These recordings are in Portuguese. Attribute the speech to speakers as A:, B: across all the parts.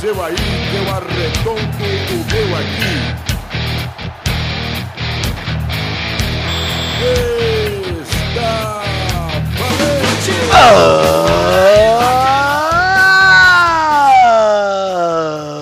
A: seu aí, eu arredondo o meu aqui. Está valente!
B: É, Ah!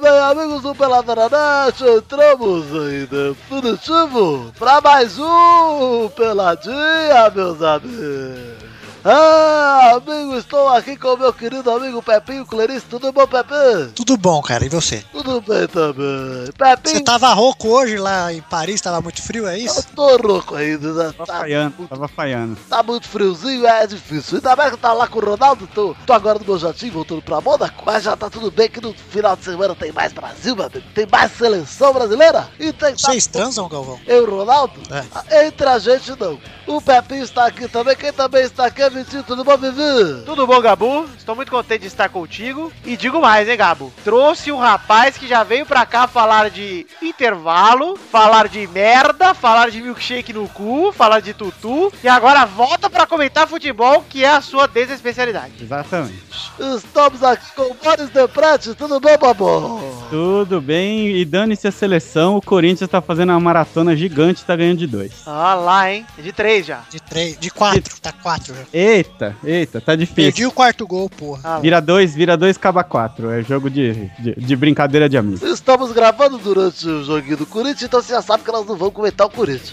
B: Bem, amigos do Peladranete, entramos em definitivo para mais um Peladinha, meus amigos. Ah, amigo, estou aqui com meu querido amigo Pepinho Clarice. Tudo bom, Pepinho?
C: Tudo bom, cara, e você?
B: Tudo bem também. Pepinho,
C: Você tava rouco hoje lá em Paris, tava muito frio, é
B: eu
C: isso?
B: tô rouco ainda, né?
D: Tava
B: Tá
D: falhando, tava falhando.
B: Tá muito friozinho, é difícil. Ainda bem que tá lá com o Ronaldo. Tô, tô agora no meu jatinho, voltando pra Mônaco. Mas já tá tudo bem que no final de semana tem mais Brasil, meu amigo. Tem mais seleção brasileira. E tem...
C: Vocês transam, Galvão?
B: Eu, e o Ronaldo?
C: É.
B: Ah, Entre a gente, não. O Pepinho está aqui também. Quem também está aqui é Vitinho. Tudo bom, Vivi?
E: Tudo bom, Gabu? Estou muito contente de estar contigo. E digo mais, hein, Gabu? Trouxe um rapaz que já veio pra cá falar de intervalo, falar de merda, falar de milkshake no cu, falar de tutu. E agora volta pra comentar futebol, que é a sua desespecialidade.
D: Exatamente.
B: Estamos aqui com o Boris Deprete. Tudo bom, Babão?
D: Tudo bem, e dane-se a seleção, o Corinthians tá fazendo uma maratona gigante e tá ganhando de dois.
E: Ah lá, hein? É de três já.
C: De três, de quatro, tá quatro já.
D: Eita, eita, tá difícil.
C: Perdi o quarto gol, porra.
E: Ah, lá.
D: Vira dois, vira dois, acaba quatro. É jogo de, de, de brincadeira de amigo.
B: Estamos gravando durante o joguinho do Corinthians, então você já sabe que nós não vamos comentar o Corinthians.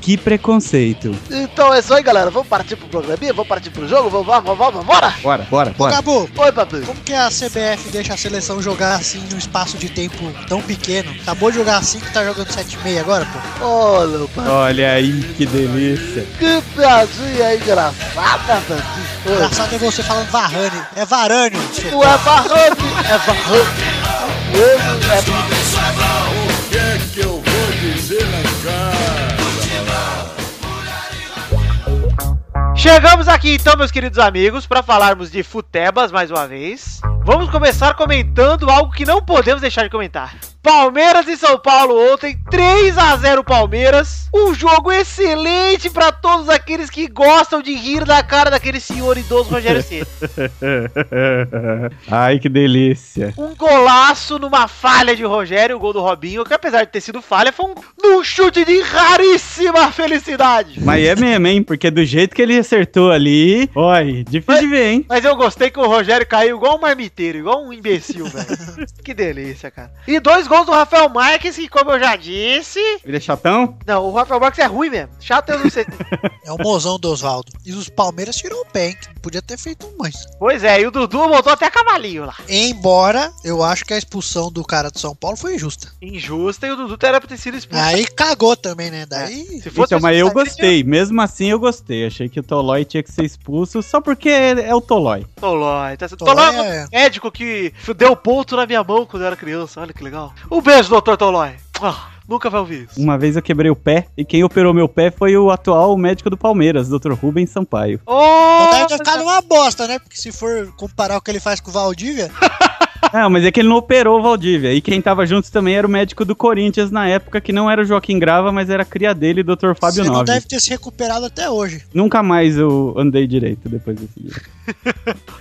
D: Que preconceito.
B: Então é isso aí, galera. Vamos partir pro programinha? Vamos partir pro jogo? Vamos, vamos, vamos, vamos, bora!
D: Bora, bora, bora.
C: Gabu,
B: Oi, Papinho.
C: como que a CBF deixa a seleção jogar assim num espaço de tempo tão pequeno? Acabou de jogar 5, tá jogando 7 e meia agora, pô.
B: Olha, pai.
D: Olha aí, que delícia.
B: Que piadinha engraçada, velho.
C: Engraçado é você falando Varane. É Varane, seu
B: Não é barrante, é barrante. Ele é barrante.
A: O que é que eu vou dizer lá em casa?
E: Chegamos aqui então, meus queridos amigos, para falarmos de futebas mais uma vez. Vamos começar comentando algo que não podemos deixar de comentar. Palmeiras e São Paulo ontem, 3 a 0 Palmeiras. Um jogo excelente para todos aqueles que gostam de rir da cara daquele senhor idoso Rogério Ceni.
D: Ai, que delícia.
E: Um golaço numa falha de Rogério, o gol do Robinho, que apesar de ter sido falha, foi um, num chute de raríssima felicidade.
D: Mas é mesmo, hein? Porque do jeito que ele acertou ali. Oi, difícil de ver, hein?
E: Mas eu gostei que o Rogério caiu igual um marmiteiro, igual um imbecil, velho. que delícia, cara. E dois gols do Rafael Marques, que como eu já disse...
D: Ele é chatão?
E: Não, o Rafael Marques é ruim mesmo. Chato eu não sei.
C: É o mozão do Oswaldo. E os Palmeiras tirou o pé, hein? que Podia ter feito um mais.
E: pois é, e o Dudu botou até cavalinho lá.
C: Embora eu acho que a expulsão do cara de São Paulo foi injusta.
E: Injusta, e o Dudu era pra ter sido expulso.
C: Aí cagou também, né? Daí.
E: Se tá
D: Então, mas eu
E: expulso, ele
D: gostei. Mesmo assim, eu gostei. Achei que o Tolói tinha que ser expulso só porque é o Tolói.
E: tinha- Tolói. Tá... Tolói,
C: Tolói
E: é um
C: é-
E: médico que deu ponto na minha mão quando eu era criança. Olha que legal. Um beijo, doutor Tolói. Ah, Nunca vai ouvir isso.
D: Uma vez eu quebrei o pé e quem operou meu pé foi o atual médico do Palmeiras, Dr. Rubens Sampaio.
E: Oh,
C: Então deve ter ficado uma bosta, né? Porque se for comparar o que ele faz com o Valdívia,
D: Ah, mas é que ele não operou o Valdívia. E quem tava junto também era o médico do Corinthians na época, que não era o Joaquim Grava, mas era a cria dele, Dr. Fábio
C: você não
D: Nove.
C: deve ter se recuperado até hoje.
D: Nunca mais eu andei direito depois desse dia.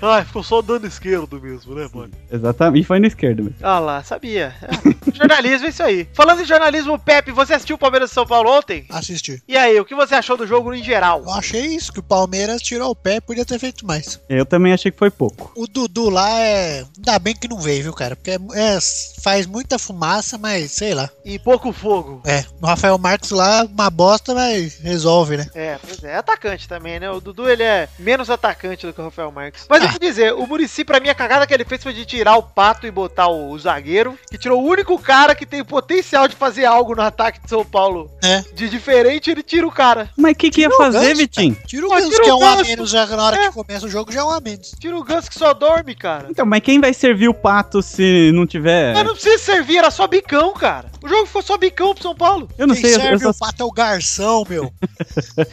E: Ah, ficou só dando esquerdo mesmo, né, mano?
D: Exatamente. E foi no esquerdo mesmo.
E: Ah lá, sabia. É, jornalismo é isso aí. Falando em jornalismo, Pepe, você assistiu o Palmeiras e São Paulo ontem?
C: Assistir.
E: E aí, o que você achou do jogo em geral?
C: Eu achei isso, que o Palmeiras tirou o pé e podia ter feito mais.
D: Eu também achei que foi pouco.
C: O Dudu lá é. Ainda bem que não veio, viu, cara? Porque é, é- faz muita fumaça, mas sei lá.
E: E pouco fogo.
C: É, o Rafael Marques lá, uma bosta, mas resolve, né?
E: É, pois é, é atacante também, né? O Dudu, ele é menos atacante do que o Rafael Marques. Mas eu vou dizer, o Murici, pra mim, a cagada que ele fez foi de tirar o Pato e botar o, o zagueiro, que tirou o único cara que tem potencial de fazer algo no ataque de São Paulo.
C: É.
E: De diferente, ele tira o cara.
D: Mas o que, que ia fazer,
C: Ganso,
D: Vitinho? Ah,
C: cara. Tira o
E: Pô,
C: Ganso,
E: tira
C: que é
E: o
C: um a
E: Ganso.
C: menos já na hora
E: É.
C: que começa o jogo, já é um a menos.
E: Tira o Ganso que só dorme, cara.
D: Então, mas quem vai servir o pato se não tiver.
E: Mas não precisa servir, era só bicão, cara. O jogo foi só bicão pro São Paulo.
D: Eu não
C: Quem
D: sei, eu- eu
C: serve
D: só
C: o pato é o garção, meu.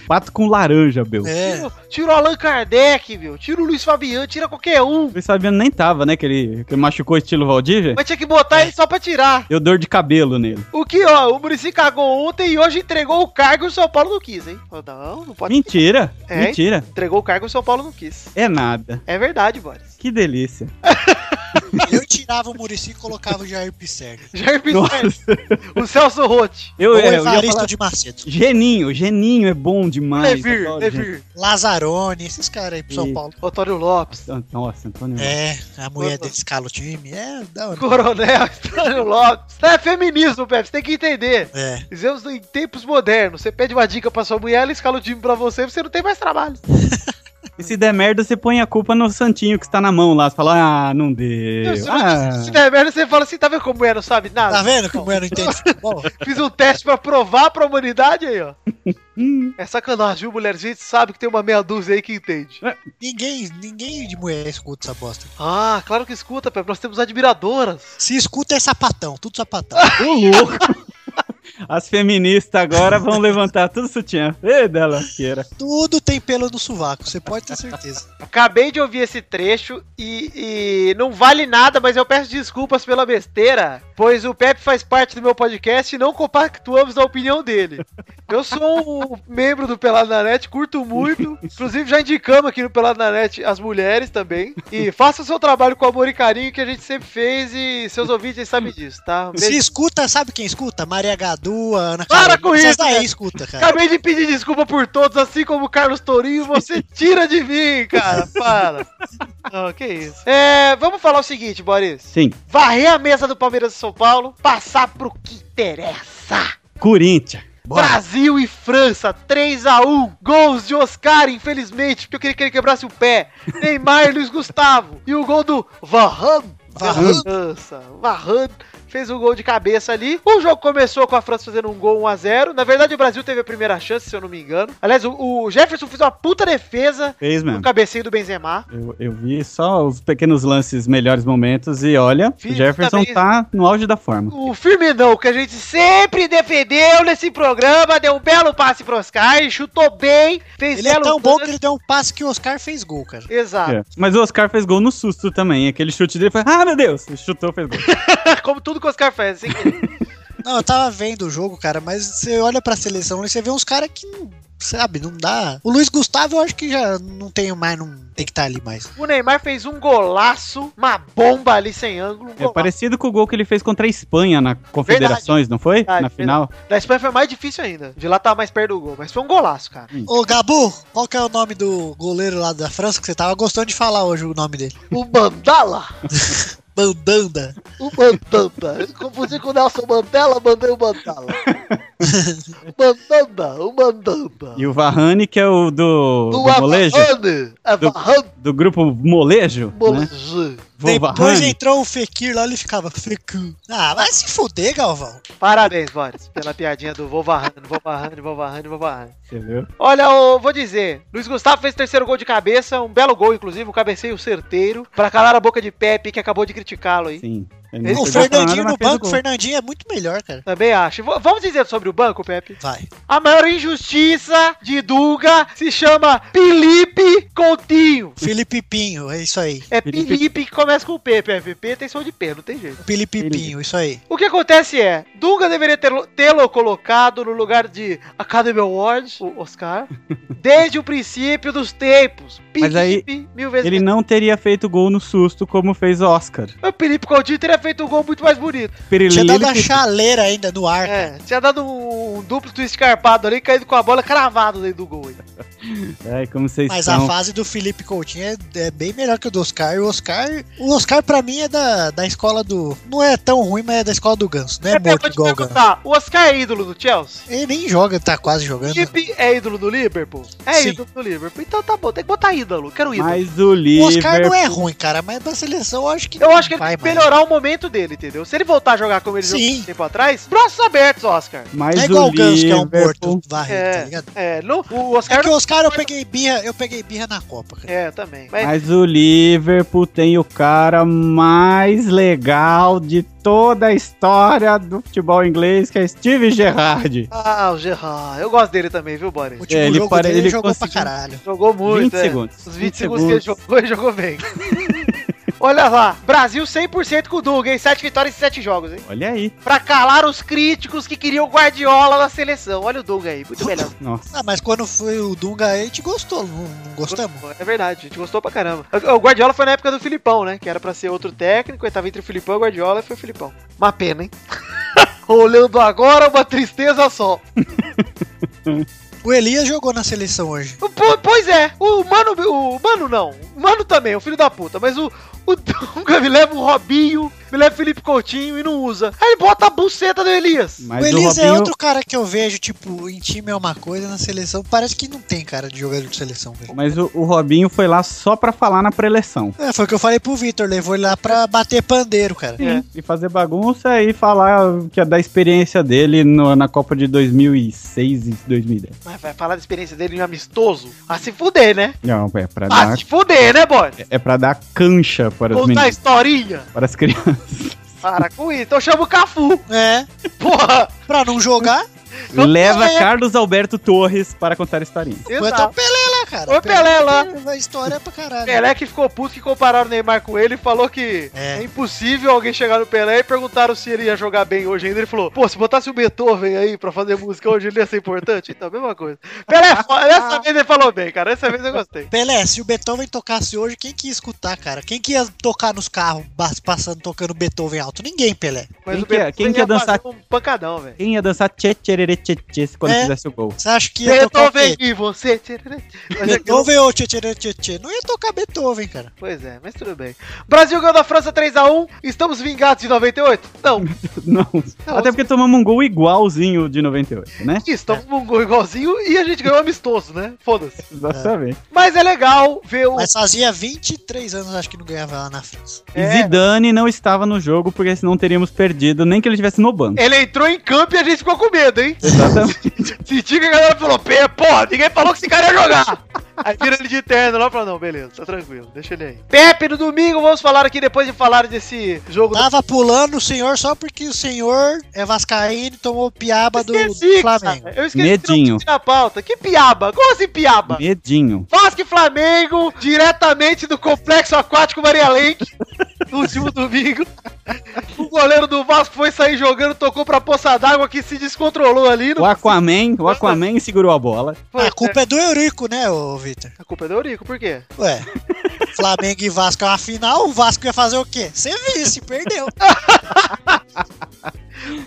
D: pato com laranja, meu.
C: É.
E: Tira- Tira o Allan Kardec, meu. Tira o Luiz Fabiano, tira qualquer um.
D: Luiz Fabiano nem tava, né? Que ele, que ele machucou estilo Valdívia.
E: Mas tinha que botar ele só pra tirar.
D: Deu dor de cabelo nele.
E: O que, ó, o Murici cagou ontem e hoje entregou o cargo e o São Paulo não quis, hein? Ó, Não, não pode.
D: Mentira,
E: É?
D: mentira.
E: Entregou o cargo e o São Paulo não quis.
D: É nada.
E: É verdade, Boris.
D: Que delícia.
C: Eu tirava o Murici e colocava o Jair Pisserni.
E: Jair Pisserni,
D: Nossa,
E: né? o Celso Rotti,
D: eu,
C: Ou
D: é, eu ia
C: Evaristo
D: falar...
C: de Macedo.
D: Geninho, Geninho é bom demais.
E: Levir,
D: adoro Geninho.
E: Levir,
C: Lazarone, esses caras aí pro São
D: Ih.
C: Paulo.
E: Otório Lopes,
D: Ah, Nossa, Antônio.
C: É, a mulher
E: Opa.
C: deles cala o time. É, da hora.
E: Coronel, Otório Lopes. É feminismo, Pepe, você tem que entender.
C: É.
E: Vivemos em tempos modernos. Você pede uma dica pra sua mulher, ela escala o time pra você, você não tem mais trabalho.
D: E se der merda, você põe a culpa no santinho que está na mão lá. Você fala, ah, não deu.
E: Se,
D: Ah,
E: se der merda, você fala assim, tá vendo como é, não sabe nada?
C: Tá vendo que o mulher não entende futebol?
E: Fiz um teste pra provar pra humanidade aí, ó. é sacanagem, viu, mulher? A gente sabe que tem uma meia dúzia aí que entende.
C: Ninguém, ninguém de mulher escuta essa bosta.
E: Ah, claro que escuta, Pepe. Nós temos admiradoras.
C: Se escuta é sapatão, tudo sapatão.
D: ô louco. As feministas agora vão levantar tudo sutiã. Ei, dela queira.
C: tudo tem pelo no sovaco, você pode ter certeza.
E: Acabei de ouvir esse trecho e, e não vale nada, mas eu peço desculpas pela besteira, pois o Pepe faz parte do meu podcast e não compactuamos da opinião dele. Eu sou um membro do Pelado na Net, curto muito, inclusive já indicamos aqui no Pelado na Net as mulheres também. E faça o seu trabalho com amor e carinho que a gente sempre fez e seus ouvintes já sabem disso, tá? Um beijo.
C: Se escuta, sabe quem escuta? Maria Gadu, a Ana
E: Para
C: Carolina,
E: com
C: essas
E: isso,
C: daí
E: cara.
C: escuta, cara.
E: Acabei de pedir desculpa por todos, assim como o Carlos Tourinho, você tira de mim, cara. Para. Não, que isso. É, vamos falar o seguinte, Boris.
D: Sim,
E: Varrer a mesa do Palmeiras de São Paulo, passar pro que interessa.
D: Corinthians.
E: Brasil e França, 3x1. Gols de Oscar, infelizmente, porque eu queria que ele quebrasse o pé. Neymar e Luiz Gustavo. E o gol do Varane.
C: Varane.
E: Nossa, Varane fez um gol de cabeça ali. O jogo começou com a França fazendo um gol 1x0. Na verdade, o Brasil teve a primeira chance, se eu não me engano. Aliás, o, o Jefferson fez uma puta defesa
D: Fez
E: no
C: É.
D: mesmo.
E: cabeceio do Benzema.
D: Eu, eu vi só os pequenos lances, melhores momentos e olha,
E: Fiz
D: o Jefferson
E: também.
D: tá no auge da forma.
E: O Firminão, que a gente sempre defendeu nesse programa, deu um belo passe pro Oscar, e chutou bem, fez
C: Ele é
E: belo
C: tão bom que
E: lance.
C: ele deu um passe que o Oscar fez gol, cara.
E: Exato.
D: É. Mas o Oscar fez gol no susto também. Aquele chute dele foi, ah, meu Deus! E Chutou, fez gol.
E: Como tudo que o Oscar faz, assim.
C: Não, eu tava vendo o jogo, cara, mas você olha pra seleção e você vê uns caras que não. Sabe, não dá. O Luiz Gustavo eu acho que já não tem mais, não tem que estar ali mais.
E: O Neymar fez um golaço, uma bomba ali sem ângulo. Um
D: É
E: golaço.
D: parecido com o gol que ele fez contra a Espanha na Confederações, não foi?
E: Verdade,
D: na final.
E: Da Espanha foi mais difícil ainda. De lá tava mais perto do gol, mas foi um golaço, cara.
C: Ô Gabu, qual que é o nome do goleiro lá da França que você tava gostando de falar hoje o nome dele?
B: O Mandala,
C: Bandanda.
B: o Mandanda. Eu confundi com o Nelson Mandela, mandei o Mandala. Mandanda, o Mandanda.
D: E o Varane, que é o do, do
B: Não é
D: molejo,
B: Varane, é
D: Do-
B: Varane
D: do grupo Molejo, né?
B: Moleje.
D: Vô
C: Depois
D: Varane.
C: entrou o Fekir lá, ele ficava Fekir. Ah, vai se fuder, Galvão.
E: Parabéns, Boris, pela piadinha do Vovarrando, Vovarrando, Vovarrando, Vovarrando.
D: Você viu?
E: Olha, eu vou dizer, Luiz Gustavo fez terceiro gol de cabeça, um belo gol, inclusive, um cabeceio certeiro, pra calar a boca de Pepe, que acabou de criticá-lo aí.
D: Sim. Ele
E: Ele
D: não
C: O
D: pegou pra nada,
C: Fernandinho
D: mas
C: no
D: fez o
C: banco, o
D: gol.
C: Fernandinho é muito melhor, cara.
E: Também acho. V- Vamos dizer sobre o banco, Pepe?
C: Vai.
E: A maior injustiça de Dunga se chama Felipe Coutinho.
C: Felipe Pinho, é isso aí.
E: É
D: Felipe-
E: Felipe que começa com P, Pepe. P tem som de P, não tem jeito.
C: Felipe
D: Felipe.
C: Pinho, isso aí.
E: O que acontece é, Dunga deveria ter- tê-lo colocado no lugar de Academy Awards, o Oscar, desde o princípio dos tempos.
D: Mas aí,
E: Felipe, mil vezes
D: Ele não teria feito gol no susto como fez o Oscar.
E: O Felipe Coutinho teria feito um gol muito mais bonito.
D: Pirili,
C: Tinha
D: ele
C: dado uma
D: fez-
C: chaleira ainda no ar.
E: É, tinha dado um, um duplo twist carpado ali, caído com a bola cravado dentro do gol. hein?
D: Ai, É, como vocês
C: Mas a
D: são.
C: fase do Felipe Coutinho é, é bem melhor que o do Oscar. E O Oscar, o Oscar pra mim é da, da escola do. Não é tão ruim, mas é da escola do Ganso. Não é
E: Pepe, eu
C: morto
E: vou te
C: igual o Ganso.
E: perguntar, o Oscar é ídolo do Chelsea?
C: Ele nem joga, tá quase jogando.
E: Felipe é ídolo do Liverpool? É
C: Sim.
E: ídolo do Liverpool. Então tá bom, tem que botar ídolo. Quero ídolo.
D: Mas o
C: O
D: Liverpool...
C: Oscar não é ruim, cara, mas pra seleção eu acho que.
E: Eu
C: não
E: acho que ele
C: vai
E: tem que
C: mais.
E: melhorar o momento dele, entendeu? Se ele voltar a jogar como ele jogou
C: Sim.
E: um tempo atrás, braços abertos, Oscar.
D: Mas
C: Não é igual o Ganso, que é um
D: Liverpool-
C: morto. Vai, tá
E: É,
C: ligado?
E: é, não, o
C: É
E: Oscar
C: que o Oscar eu peguei birra, eu peguei birra na Copa, cara.
E: não... É, também. Mas,
D: Mas o Liverpool tem o cara mais legal de toda a história do futebol inglês, que é Steve Gerrard.
E: Ah, o Gerrard. Eu gosto dele também, viu, Boris?
C: O último
D: É, ele
C: jogo
D: pare-
C: dele
D: ele
C: jogou pra
D: conseguiu-
C: caralho.
E: Jogou muito, é.
D: 20 segundos.
E: Os 20 segundos que ele jogou, ele jogou bem. Olha lá, Brasil 100% com o Dunga, hein? 7 vitórias e 7 jogos, hein?
D: Olha aí.
E: Pra calar os críticos que queriam Guardiola na seleção. Olha o Dunga aí, muito melhor.
D: Nossa.
C: Ah, mas quando foi o Dunga aí, a gente gostou, não, não gostamos?
E: É verdade, a gente gostou pra caramba. O Guardiola foi na época do Filipão, né? Que era pra ser outro técnico, aí tava entre o Filipão e o Guardiola e foi o Filipão. Uma pena, hein? Olhando agora, uma tristeza só.
C: O Elias jogou na seleção hoje.
E: O po- Pois é, o Mano. O Mano não. O Mano também, o filho da puta. Mas o, o Dunga me leva o Robinho, me leva o Felipe Coutinho e não usa. Aí ele bota a buceta do Elias.
D: Mas
C: o
D: o,
C: Elias
D: Robinho,
C: é outro cara que eu vejo, tipo, em time é uma coisa, na seleção parece que não tem cara de jogador de seleção, velho.
D: mas o, o Robinho foi lá só pra falar na preleção.
C: É, foi o que eu falei pro Vitor, levou ele lá pra bater pandeiro, cara.
E: É.
D: E fazer bagunça e falar que é da experiência dele no- na Copa de 2006 e 2010.
E: Mas vai falar da experiência dele em um amistoso? Ah, se fuder, né?
D: Não, é pra
E: Ah,
D: dar,
E: se fuder, né, boy?
D: é pra dar cancha para os
E: Contar
D: meninos,
E: historinha.
D: para as crianças.
E: Para com isso. Então chama o Cafu.
C: É,
E: Porra.
C: pra não jogar,
E: Não
D: Leva
E: é.
D: Carlos Alberto Torres para contar historinha.
C: Quanto
E: Exato.
C: o Pelé lá, cara.
E: Foi o Pelé lá.
C: teve A história pra caralho.
E: Pelé que ficou puto que compararam o Neymar com ele e falou que é.
C: É.
E: impossível alguém chegar no Pelé e perguntaram se ele ia jogar bem hoje ainda. Ele falou, pô, se botasse o Beethoven aí pra fazer música hoje, ele ia ser importante? Então, mesma coisa. Pelé, é foda. dessa vez ele falou bem, cara. Dessa vez eu gostei.
C: Pelé, se o Beethoven tocasse hoje, quem que ia escutar, cara? Quem que ia tocar nos carros ba- passando, tocando Beethoven alto? Ninguém, Pelé.
E: Mas
D: Quem
E: o
D: que é-
E: Beethoven
D: quem que ia
E: fazer
D: dançar?
E: Um pancadão, velho.
D: Quem ia dançar tchê tchererê tchê tchê se quando
C: É.
D: fizesse o gol?
C: Você acha que ia tocar o
E: Beethoven
C: quê?
E: e você. Mas é que não-
C: Beethoven ou tchê, tchê, tchê, tchê? Não ia tocar Beethoven, cara.
E: Pois é, mas tudo bem. Brasil ganhou da França 3x1. Estamos vingados de 98? Não.
D: Não. Até porque tomamos um gol igualzinho de 98, né?
E: Estamos com um gol igualzinho e a gente ganhou amistoso, né? Foda-se.
D: Exatamente.
E: Mas é legal ver o.
C: Mas fazia 23 anos, acho que não ganhava lá na França.
E: É.
D: E Zidane não estava no jogo porque senão teríamos perdido, nem que ele estivesse no banco.
E: Ele entrou em campo e a gente ficou com medo, hein?
D: Exatamente.
E: Senti que a galera falou, pé, porra, ninguém falou que esse cara ia jogar. Aí vira ele de terno lá e falou, não, beleza, tá tranquilo, deixa ele aí. Pepe, no domingo, vamos falar aqui, depois de falar desse jogo do
C: Tava pulando o senhor só porque o senhor é vascaíno e tomou piaba do,
E: Esqueci,
C: do Flamengo.
E: cara. Eu esqueci
D: Medinho.
E: que não tinha na pauta. Que piaba, como assim piaba?
D: Medinho.
E: Vasco e Flamengo, diretamente do Complexo Aquático Maria Lenk, no último domingo. O goleiro do Vasco foi sair jogando, tocou pra poça d'água que se descontrolou ali.
D: O Aquaman, o Aquaman segurou a bola.
E: Foi-
C: a culpa é do Eurico, né, ô Vitor?
E: A culpa é do Eurico, por quê?
C: Ué, Flamengo e Vasco é uma final, o Vasco ia fazer o quê? Ser vice, perdeu.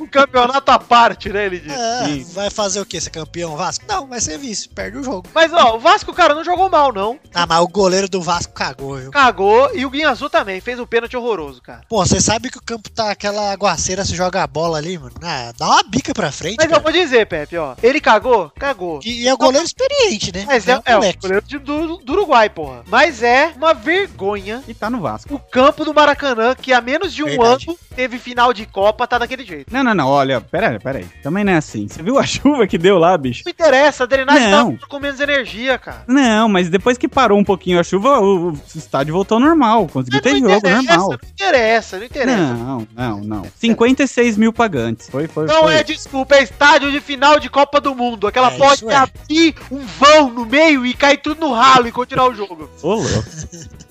E: Um campeonato à parte, né, ele disse.
C: É,
D: Isso.
C: vai fazer o quê? Ser campeão Vasco? Não, vai ser vice, perde o jogo.
E: Mas, ó, o Vasco, cara, não jogou mal, não.
C: Ah, mas o goleiro do Vasco cagou, viu?
E: Cagou. E o Guinhazu também. Fez um pênalti horroroso, cara.
C: Pô, você sabe que o campo tá aquela aguaceira, se joga a bola ali, mano. Ah, dá uma bica pra frente.
E: Mas eu
C: cara.
E: vou dizer, Pepe, ó. Ele cagou? Cagou.
C: E, e é o goleiro experiente, né?
E: Mas é,
C: um
E: é o
C: moleque.
E: goleiro de- do, do Uruguai, porra. Mas é uma vergonha
D: E tá no Vasco.
E: o campo do Maracanã, que há menos de um
C: Verdade.
E: ano teve final de Copa, tá daquele jeito.
D: Não, não, não. Olha, peraí, peraí. Também não é assim. Você viu a chuva que deu lá, bicho?
E: Não interessa, a drenagem
D: Não.
E: tá com menos energia, cara.
D: Não, mas depois que parou um pouquinho a chuva, o o estádio voltou ao normal. Conseguiu
E: Mas
D: ter jogo normal.
E: não é interessa, não interessa.
D: Não, não, não. 56 mil pagantes. Foi, foi,
E: Não
D: foi.
E: é desculpa, é estádio de final de Copa do Mundo. Aquela
C: É,
E: pode
C: isso é.
E: abrir um vão no meio e cair tudo no ralo e continuar o jogo.
D: Ô, louco.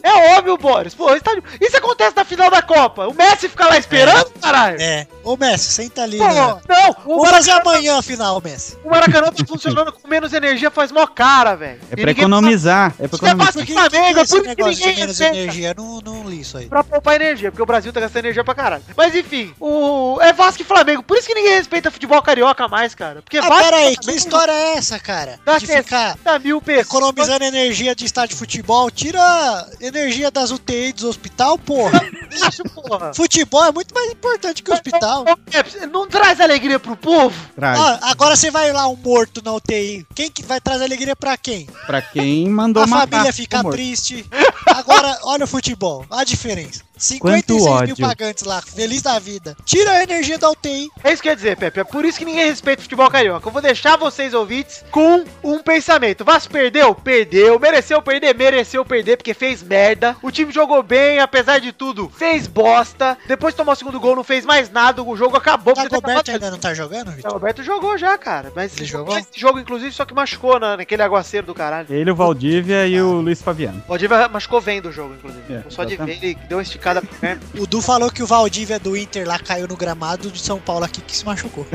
E: É óbvio, Boris. Pô, estádio... Isso acontece na final da Copa. O Messi fica lá esperando, caralho.
C: É. Ô, Messi, senta ali.
E: Pô,
C: Né?
E: não, o
C: Vamos fazer
E: Maracanã,
C: amanhã a final, Messi.
E: o Maracanã tá funcionando com menos energia, faz mó cara, velho.
D: É pra economizar. É pra
E: Isso é
D: economizar.
E: Vasco e Flamengo, é
C: esse
E: por isso que
C: negócio de
E: ninguém
C: menos
E: aceita.
C: energia? Eu Não, não li isso aí.
E: Pra poupar energia, porque o Brasil tá gastando energia pra caralho. Mas enfim, o... é Vasco e Flamengo. Por isso que ninguém respeita futebol carioca mais, cara. Porque
C: Ah,
E: Vasco e
C: pera aí, que
E: Flamengo
C: história é essa, cara?
E: dá
C: De ficar
E: 60 mil pessoas.
C: economizando energia de estádio de futebol, tira energia das UTI dos hospital, porra.
E: Isso, porra.
C: futebol é muito mais importante que o hospital.
E: Ô, Pepe, Não traz alegria pro povo?
D: Traz.
C: Ah, agora você vai lá um morto na UTI. Quem que vai trazer alegria pra quem?
D: Pra quem mandou
C: a
D: matar. um
C: família fica
D: amor.
C: triste. Agora, olha o futebol. A diferença. 56 mil
D: ódio.
C: pagantes lá, feliz da vida. Tira a energia da UTI.
E: É isso que eu ia dizer, Pepe. É por isso que ninguém respeita o futebol carioca. Eu vou deixar vocês ouvintes com um pensamento. Vasco perdeu? Perdeu. Mereceu perder? Mereceu perder, porque fez merda. O time jogou bem, apesar de tudo, fez bosta. Depois tomou o segundo gol, não fez mais nada. O jogo acabou. porque
C: Dagoberto
E: tava-
C: ainda não tá jogando, Vitor?
E: Roberto jogou já, cara. Mas
C: Ele jogou?
E: esse jogo, inclusive, só que machucou na, naquele aguaceiro do caralho.
D: Ele, o Valdívia e o Luiz Fabiano.
E: O Odívia machucou vendo o jogo, inclusive.
D: É,
E: Só de ver, ele deu uma esticada pro Guilherme.
C: O Du falou que o Valdívia do Inter lá caiu no gramado de São Paulo aqui que se machucou.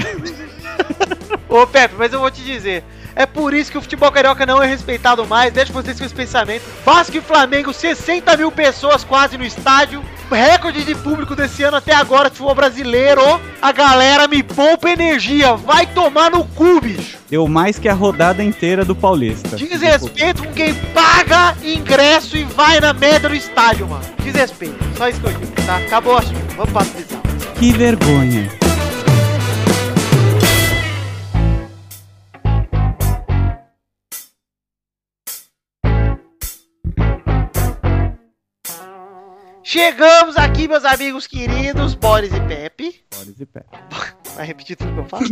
E: Ô Pepe, mas eu vou te dizer. É por isso que o futebol carioca não é respeitado mais. Deixa vocês com esse pensamento. Vasco e Flamengo, 60 mil pessoas quase no estádio. Recorde de público desse ano até agora, futebol brasileiro. A galera me poupa energia. Vai tomar no cu, bicho.
D: Deu mais que a rodada inteira do Paulista.
E: Desrespeito com quem paga ingresso e vai na merda do estádio, mano. Desrespeito. Só isso que eu digo, tá? Acabou o assunto. Vamos para o final.
D: Que vergonha.
E: Chegamos aqui, meus amigos queridos, Boris e Pepe.
D: Boris e Pepe.
E: Vai repetir tudo que eu falo?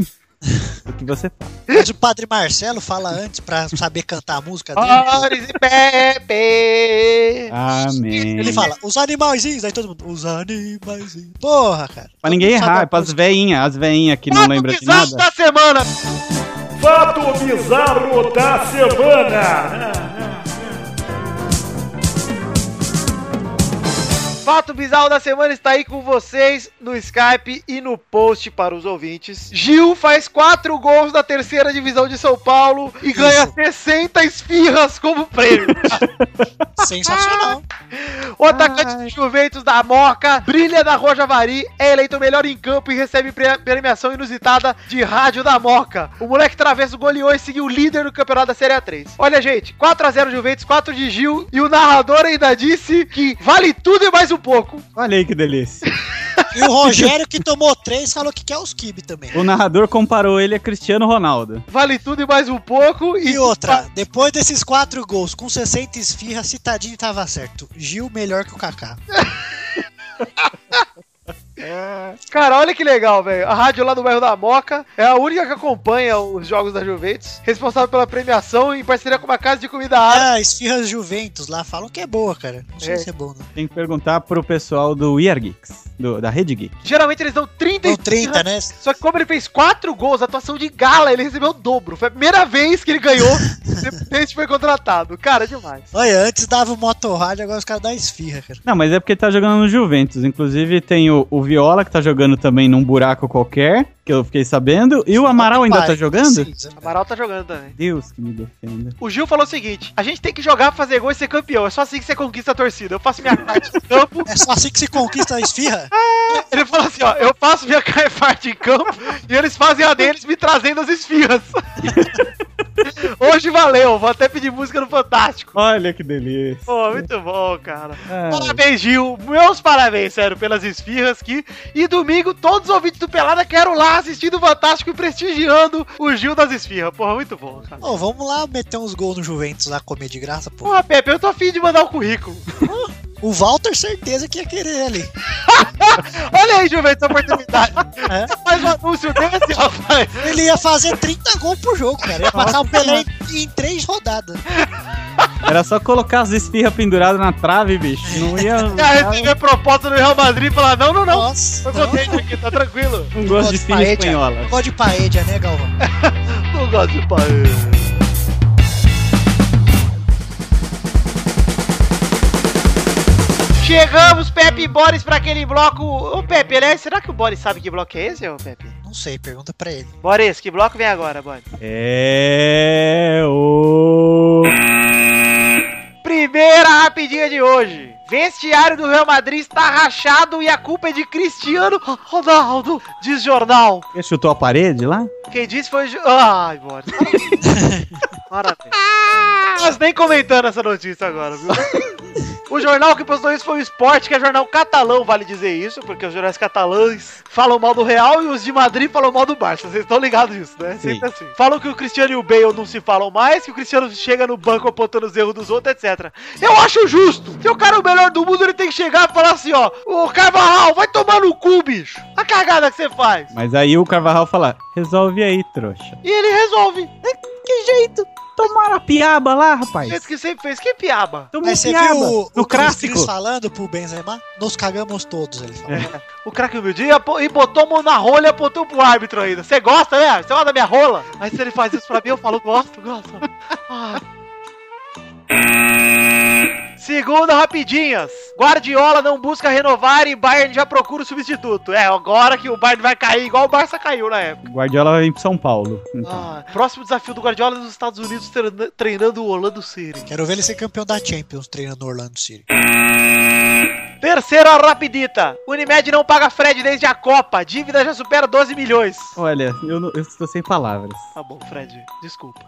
D: O que você faz?
C: Mas o Padre Marcelo fala antes pra saber cantar a música dele.
E: Boris e
D: Ah,
E: Pepe.
D: Amém.
C: É, Ele fala, os animaizinhos, aí todo mundo, os animaizinhos. Porra, cara.
D: Pra ninguém
C: Sabe
D: errar,
C: a
D: é pras
C: música.
D: veinhas, as veinhas que não lembram de
E: bizarro
D: nada.
E: da semana.
A: Fato bizarro da semana.
E: Fato bizarro da semana está aí com vocês no Skype e no post para os ouvintes. Gil faz quatro gols da terceira divisão de São Paulo e ganha 60 esfirras como prêmio.
C: Sensacional.
E: O atacante do Juventus da Moca brilha da Roja Vari, é eleito o melhor em campo e recebe pre- premiação inusitada de rádio da Moca. O moleque travesso goleou e seguiu líder no campeonato da Série A3. Olha, gente, 4x0 Juventus, 4 de Gil e o narrador ainda disse que vale tudo e mais um pouco.
D: Olha aí que delícia.
C: E o Rogério, que tomou três, falou que quer os kibe também.
D: O narrador comparou ele a Cristiano Ronaldo.
E: Vale tudo e mais um pouco.
C: E outra, depois desses quatro gols, com 60 esfirra, Citadinho tava certo. Gil melhor que o Kaká.
E: É. Cara, olha que legal, velho. A rádio lá do bairro da Moca é a única que acompanha os jogos da Juventus, responsável pela premiação em parceria com uma casa de comida árabe.
C: Ah, esfirras Juventus lá falam que é boa, cara. Não sei
E: É.
C: se é boa, não.
D: Tem que perguntar pro pessoal do We Are Geeks, do- da Rede Geek.
E: Geralmente eles dão 30
C: Ou 30, né?
E: Só que como ele fez quatro gols, atuação de gala, ele recebeu o dobro. Foi a primeira vez que ele ganhou desde que foi contratado. Cara, é demais.
C: Olha, antes dava o motorrádio, agora os caras dão esfirra, cara.
D: Não, mas é porque ele tá jogando no Juventus. Inclusive tem o, o Viola, que tá jogando também num buraco qualquer, que eu fiquei sabendo. E o Amaral ainda tá
C: Pai,
D: jogando?
C: precisa, né?
E: Amaral tá jogando também.
D: Deus que me defenda.
E: O Gil falou o seguinte: a gente tem que jogar, fazer gol e ser campeão. É só assim que você conquista a torcida. Eu faço minha parte em campo.
C: É só assim que se conquista a esfirra?
E: Ele falou assim: ó, eu faço minha parte em campo e eles fazem a deles me trazendo as esfirras. Hoje valeu, vou até pedir música no Fantástico.
D: Olha que delícia.
E: Pô, muito bom, cara.
D: Ah,
E: Parabéns, Gil. Meus parabéns, sério, pelas esfirras que. E domingo, todos os ouvintes do Pelada quero lá assistindo o Fantástico e prestigiando o Gil das esfirras. Porra, muito bom, cara.
C: Ô, vamos lá meter uns gols no Juventus lá, comer de graça, pô.
E: Porra, Pepe, eu tô afim de mandar o currículo.
C: O Walter, certeza que ia querer ali.
E: Olha aí, Juventus, a oportunidade.
C: É.
E: Você faz um anúncio desse, rapaz.
C: Ele ia fazer 30 gols pro jogo, cara. Ia passar o Pelé em, em três rodadas.
D: Era só colocar as esfirras penduradas na trave, bicho. Não ia. não
E: Já
D: dava-
E: receber proposta do Real Madrid e falar: não, não, não.
C: Nossa.
E: Tô
C: não.
E: contente aqui, tá tranquilo.
D: Não um gosto de esfirra
C: Paella.
D: espanhola.
C: Gol de paedia, né, Galvão?
B: Não gosto de paella.
E: Chegamos, Pepe e Boris, pra aquele bloco. Ô, Pepe, aliás, será que o Boris sabe que bloco é esse, ô, Pepe?
C: Não sei, pergunta pra ele.
E: Boris, que bloco vem agora, Boris?
D: É o.
E: Primeira rapidinha de hoje. Vestiário do Real Madrid está rachado e a culpa é de Cristiano Ronaldo, diz jornal.
D: Ele chutou a parede lá?
E: Quem disse foi. o Jo- Ai, bora. Maravilha. Nós nem comentando essa notícia agora, viu? O jornal que postou isso foi o Sport, que é jornal catalão, vale dizer isso, porque os jornais catalãs falam mal do Real e os de Madrid falam mal do Barça. Vocês estão ligados nisso, né? Sempre assim. Falam que o Cristiano e o Bale não se falam mais, que o Cristiano chega no banco apontando os erros dos outros, etc. Eu acho justo! Se o cara é o melhor do mundo, ele tem que chegar e falar assim, ó, ô Carvalhal, vai tomar no cu, bicho! A cagada que você faz!
D: Mas aí o Carvajal fala: resolve aí, trouxa.
E: E ele resolve.
D: Que jeito? Tomaram a piaba lá,
E: Do
D: rapaz.
E: jeito que sempre fez. Que piaba.
D: Tomou
C: Mas você
D: piaba.
C: viu o,
D: no
C: o que o
D: clássico. É.
C: Cris falando pro Benzema? Nos cagamos todos, ele falou.
E: O craque humilde ia pô- e botou a mão na rola e apontou pro árbitro ainda. Você gosta, né? Você gosta da minha rola? Aí se ele faz isso pra mim, eu falo, gosto, gosto. Ah. Segunda, rapidinhas. Guardiola não busca renovar e Bayern já procura o substituto. É, agora que o Bayern vai cair igual o Barça caiu na época.
D: Guardiola vai vir pro São Paulo. Então.
E: Ah, próximo desafio do Guardiola é nos Estados Unidos treina- treinando o Orlando City.
C: Quero ver ele ser campeão da Champions treinando Orlando City.
E: Terceira rapidita. Unimed não paga Fred desde a Copa. Dívida já supera 12 milhões.
D: Olha, eu, não- eu estou sem palavras.
E: Tá bom, Fred. Desculpa.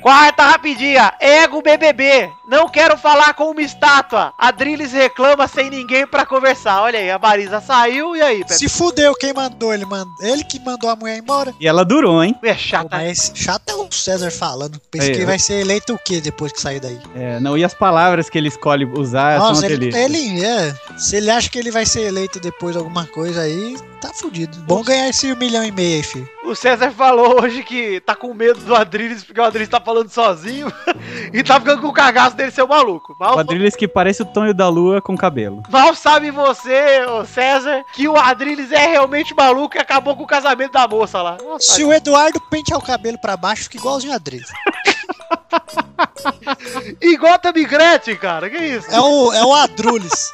E: Quarta rapidinha. Ego BBB. Não quero falar com uma estátua. Adriles reclama sem ninguém pra conversar. Olha aí, a Marisa saiu. E aí, Pepe?
C: Se fudeu, quem mandou ele? mand- Ele que mandou a mulher embora.
D: E ela durou, hein?
E: É
C: Pô,
E: chata.
C: Mas chato é o César falando. Pensa
D: Aí,
C: que
D: eu-
C: vai ser eleito o quê depois que sair daí?
D: É, não, e as palavras que ele escolhe usar
C: Nossa,
D: são
C: ele,
D: aquele.
C: ele é. Se ele acha que ele vai ser eleito depois de alguma coisa aí, tá fudido. Bom ganhar esse um milhão e meio aí, filho.
E: O César falou hoje que tá com medo do Adriles porque o Adriles tá falando sozinho e tá ficando com o cagaço dele ser um maluco. Mal,
D: Quadrilhas que parece o Tonho da Lua com cabelo.
E: mal sabe você, ô César, que o Adriles é realmente maluco e acabou com o casamento da moça lá. Nossa,
C: Se o Eduardo pentear o cabelo pra baixo, fica igualzinho a Driz.
E: E Gotham e Gretchen, cara, que isso?
C: É o, é o Adrules.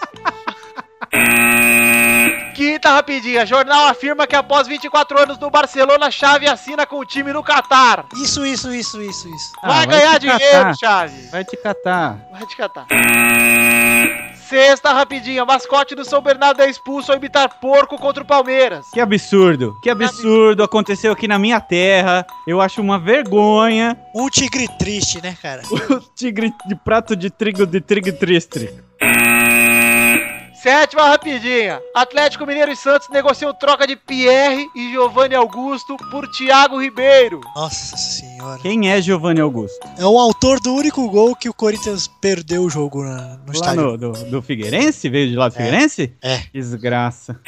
E: Quinta rapidinha. tá Jornal afirma que após 24 anos no Barcelona, Chave assina com o time no Catar.
C: Isso, isso, isso, isso, isso.
E: Vai
D: Ah,
E: ganhar
D: te catar,
E: dinheiro, Chave.
D: Vai te catar.
E: Vai te catar. Sexta rapidinha. Mascote do São Bernardo é expulso ao imitar porco contra o Palmeiras.
D: Que absurdo, que absurdo. Aconteceu aqui na minha terra. Eu acho uma vergonha.
C: Um tigre triste, né, cara?
D: O tigre de prato de trigo de trigo triste.
E: Sétima rapidinha. Atlético Mineiro e Santos negociam troca de Pierre e Giovanni Augusto por Thiago Ribeiro.
C: Nossa senhora.
D: Quem é Giovanni Augusto?
C: É o autor do único gol que o Corinthians perdeu o jogo na- no
D: Lá
C: estádio.
D: no, do, do Figueirense? Veio de lá do Figueirense?
C: É.
D: Desgraça.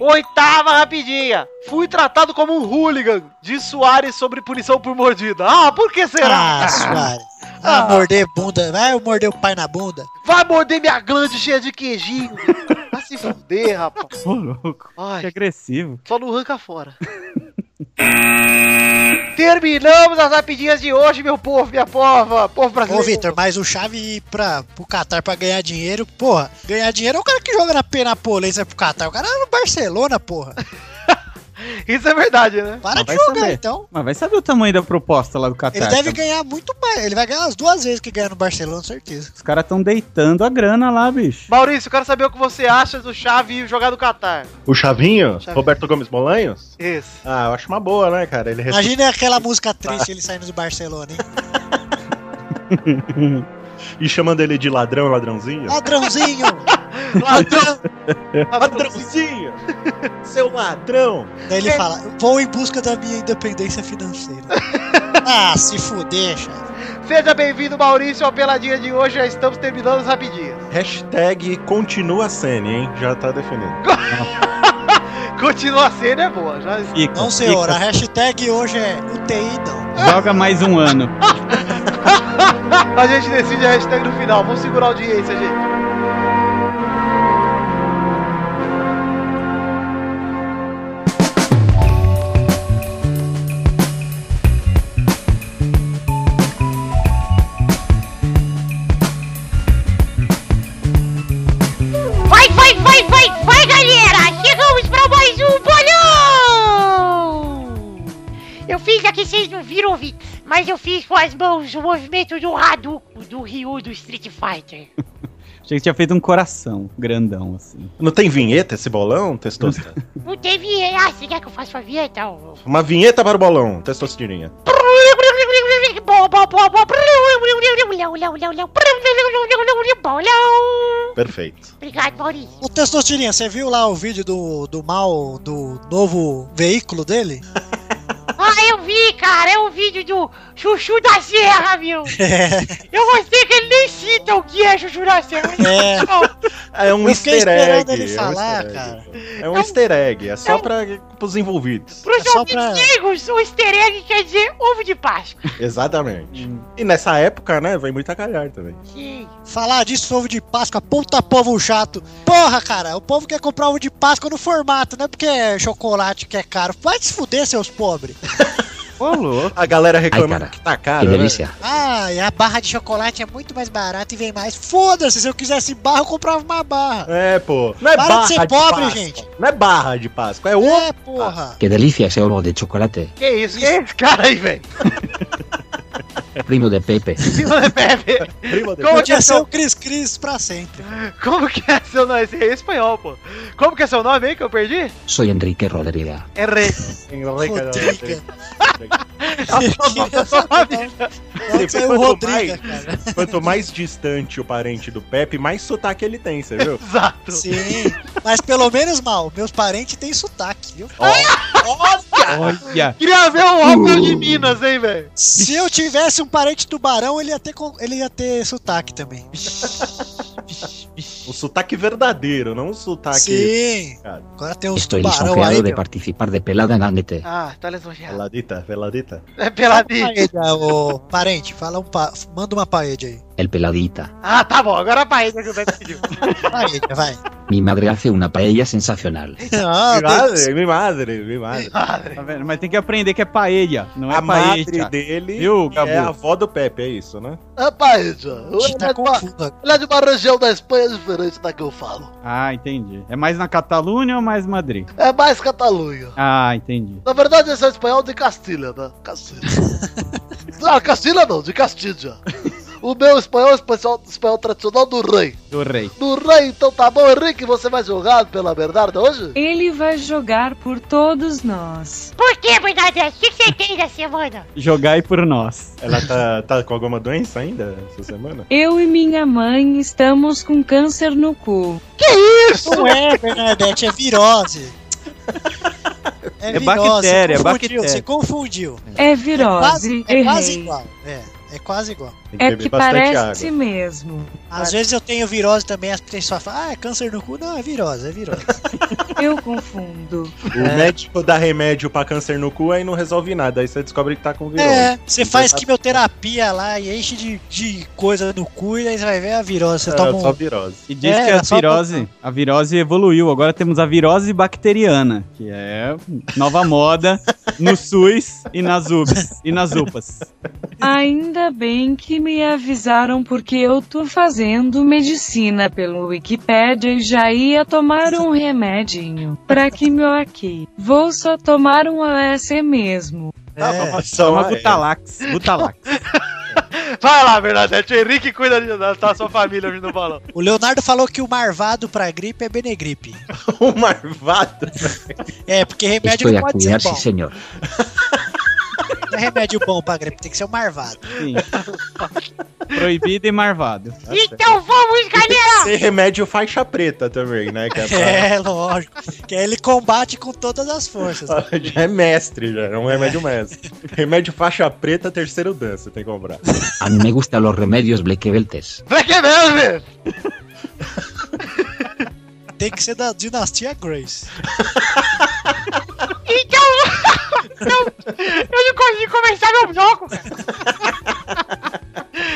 E: Oitava rapidinha. Fui tratado como um hooligan. De Soares sobre punição por mordida. Ah, por que será?
C: Ah, Suárez. Ah, morder bunda. Vai morder o pai na bunda.
E: Vai morder minha glande cheia de queijinho. Vai se fuder, rapaz.
D: Ô, louco. Que
E: Ai,
D: agressivo.
E: só não arranca fora. Terminamos as rapidinhas de hoje, meu povo, minha pova, povo
C: Ô,
E: brasileiro.
C: Vitor, mas o Chave ir pra, pro Catar pra ganhar dinheiro, porra. Ganhar dinheiro é o cara que joga na Penapolense pro Catar. O cara é no Barcelona, porra.
E: Isso é verdade, né?
C: Para
D: Mas
C: de
D: vai
C: jogar,
D: saber.
C: então.
D: Mas vai saber o tamanho da proposta lá do Catar.
C: Ele deve
D: tá?
C: ganhar muito mais. Ele vai ganhar as duas vezes que ganha no Barcelona, certeza.
D: Os caras estão deitando a grana lá, bicho.
E: Maurício, eu quero saber o que você acha do Xavi jogar no Qatar.
F: O Chavinho?
E: Chavinho.
F: Roberto Gomes Bolanhos?
E: Esse.
F: Ah, eu acho uma boa, né, cara? Ele ressuscitou.
C: Imagina aquela música triste ele saindo do Barcelona, hein?
F: E chamando ele de ladrão, ladrãozinho?
C: Ladrãozinho!
E: Ladrão.
F: Ladrãozinho! Seu ladrão!
C: Daí ele fala: Vou em busca da minha independência financeira. Ah, se fuder, Chave.
E: Seja bem-vindo, Maurício, ao Peladinha de hoje. Já estamos terminando as rapidinhas.
F: Hashtag continua a cena, hein? Já tá definido.
E: Continua a cena, é boa. Já...
D: Fica,
C: Não, senhor, a
D: fica.
C: hashtag hoje é UTI, não.
D: Joga mais um ano.
E: A gente decide a hashtag no final. Vamos segurar a audiência, gente.
G: Vai, vai, vai, vai, vai, galera! Chegamos pra mais um bolão! Eu fiz aqui, vocês não viram ouvir, mas eu fiz com as mãos o movimento do Hadouken, do Ryu do Street Fighter.
D: Achei que tinha feito um coração grandão, assim.
F: Não tem vinheta esse bolão, testosterona?
G: Não teve... Ah, você quer que eu faça uma vinheta? Ó.
F: uma vinheta para o bolão, testosterona.
G: Bo- bo- bo- bo- Bolão!
F: Perfeito.
G: Obrigado, Maurício.
C: Ô, Testostirinha, você viu lá o vídeo do, do mal, do novo veículo dele?
G: Ah, eu vi, cara, é um vídeo do Chuchu da Serra, meu! Eu gostei que ele nem cita o que é Chuchu da Serra.
C: É,
F: É um
C: eu fiquei
F: easter egg.
C: esperando ele
F: é um
C: falar,
F: easter egg.
C: cara.
F: É um easter egg, é só para os envolvidos.
G: Pros
C: É só pra-
G: amigos, o easter egg um quer dizer ovo de Páscoa.
F: Exatamente. E nessa época, né, vem muito a calhar também.
G: Sim.
C: Falar disso, ovo de Páscoa, puta povo chato. Porra, cara, o povo quer comprar ovo de Páscoa no formato, não é porque é chocolate que é caro. Vai se fuder, seus pobres.
D: Ô, louco.
F: A galera reclamando
H: Ai, cara.
F: que tá
H: Que
F: caro, né?
H: delícia.
C: Ah, e a barra de chocolate é muito mais barata e vem mais. Foda-se, se eu quisesse barra, eu comprava uma barra.
F: É, pô. Não é
C: Para de
F: barra
C: ser pobre,
F: Páscoa.
C: gente.
F: Não é barra de Páscoa, é ovo.
C: É, porra.
H: Que delicia ese olor de chocolate.
E: Que isso? Que é esse cara aí, velho?
H: Primo de Pepe.
F: Primo de-
E: Como que é
C: Podia ser
E: seu,
C: o Cris Cris pra sempre.
E: como que é seu nome? Esse aí é espanhol, pô. Como que é seu nome aí que eu perdi?
H: Soy Enrique Rodríguez.
E: R.
F: Enrica,
C: Rodriga.
F: Ele
C: Onde saiu o
F: foi
C: Rodriga,
F: mais.
C: cara?
F: Quanto mais distante o parente do Pepe, mais sotaque ele tem, você viu?
E: Exato.
C: Sim, mas pelo menos mal. Meus parentes têm sotaque, viu?
D: Olha.
E: Queria ver o Robson de Minas, hein, velho?
C: Se eu tivesse um parente tubarão, ele ia ter, con- ele ia ter sotaque também.
F: O Um sotaque verdadeiro, não o sotaque.
C: Sim.
F: Cara.
C: Agora tem uns
H: Estoy
C: tubarão aí,
H: lisonjeado de
C: meu.
H: participar de Pelada en Ándete.
E: Ah, tá lisonjeado.
F: Peladita, peladita.
E: É peladinho.
C: Paella, ah, ô, parente, fala um pa- manda uma paella aí.
H: El Peladita.
E: Ah, tá bom. Agora a paella que o Beto pediu.
C: Paella, vai.
H: Mi madre hace una paella sensacional.
C: Ah,
F: mi madre, mi É madre, mi madre.
E: Padre.
D: Tá vendo? Mas tem que aprender que é paella, não é
F: a madre
D: paella.
F: dele
D: Viu,
F: que
D: Gabu?
F: é a avó do Pepe, é isso, né?
B: Rapaz, ele,
C: Deus,
B: é
C: tá
B: de uma,
C: confuso agora.
B: ele é de uma região da Espanha diferente da que eu falo.
D: Ah, entendi. É mais na Catalunha ou mais Madrid?
B: É mais Catalunha.
D: Ah, entendi.
B: Na verdade, esse é espanhol de Castilha, né? Castilha. ah, Castilha não, de Castilha. O meu espanhol é espanhol, espanhol tradicional do rei.
D: Do rei.
B: Do rei, então tá bom, Henrique, você vai jogar pela Bernarda hoje?
I: Ele vai jogar por todos nós.
G: Por que, Bernadette? O que que você assim, tem da semana?
D: Jogai por nós.
F: Ela tá, tá com alguma doença ainda essa semana?
I: Eu e minha mãe estamos com câncer no cu.
C: Não é, Bernadette, é virose.
D: É bactéria, é
C: você
D: bactéria.
C: confundiu, Você confundiu.
I: É
C: É
I: virose.
C: quase, é quase
I: errei.
C: igual. É, é quase igual.
F: Tem
I: É que parece mesmo.
C: Às vezes eu tenho virose também, as pessoas falam, ah, é câncer no cu. Não, é virose, é virose.
I: Eu confundo.
F: O médico dá remédio pra câncer no cu aí não resolve nada. Aí você descobre que tá com virose.
C: É, você faz
F: Exato.
C: quimioterapia lá e enche de, de coisa no cu e aí você vai ver a virose. Você
F: É,
C: toma um...
F: só virose.
D: E diz
C: É,
D: que a
C: era só
D: virose, a virose evoluiu. Agora temos a virose bacteriana, que é nova moda no SUS e nas UBS e nas UPAs.
I: Ainda bem que me avisaram porque eu tô fazendo medicina pelo Wikipedia e já ia tomar um remedinho pra quimio aqui. Vou só tomar um AS mesmo.
C: É,
F: Só
D: Chama Butalax, Butalax.
E: Vai lá, Bernadette. O Henrique cuida de- da da sua família vindo no balão.
C: o Leonardo falou que o marvado pra gripe é benegripe.
F: um marvado.
C: É, porque remédio
H: Estoy
C: não
H: a
C: pode ser
H: cuidar, sí
C: bom.
H: señor.
C: Não é remédio bom pra gripe, tem que ser o marvado.
D: Sim. Proibido e marvado.
G: Então vamos, galera!
F: Sem remédio faixa preta também, né? Que é
C: É, lógico. Que aí ele combate com todas as forças.
F: pra- já é mestre, já. É um remédio mestre. Remédio faixa preta, terceiro dan, você tem que comprar.
H: A mí me gustan los remedios Blake Beltes.
E: Vai que é mesmo, velho.
C: Tem que ser da dinastia Grace.
G: Então. eu não consegui começar meu bloco, cara.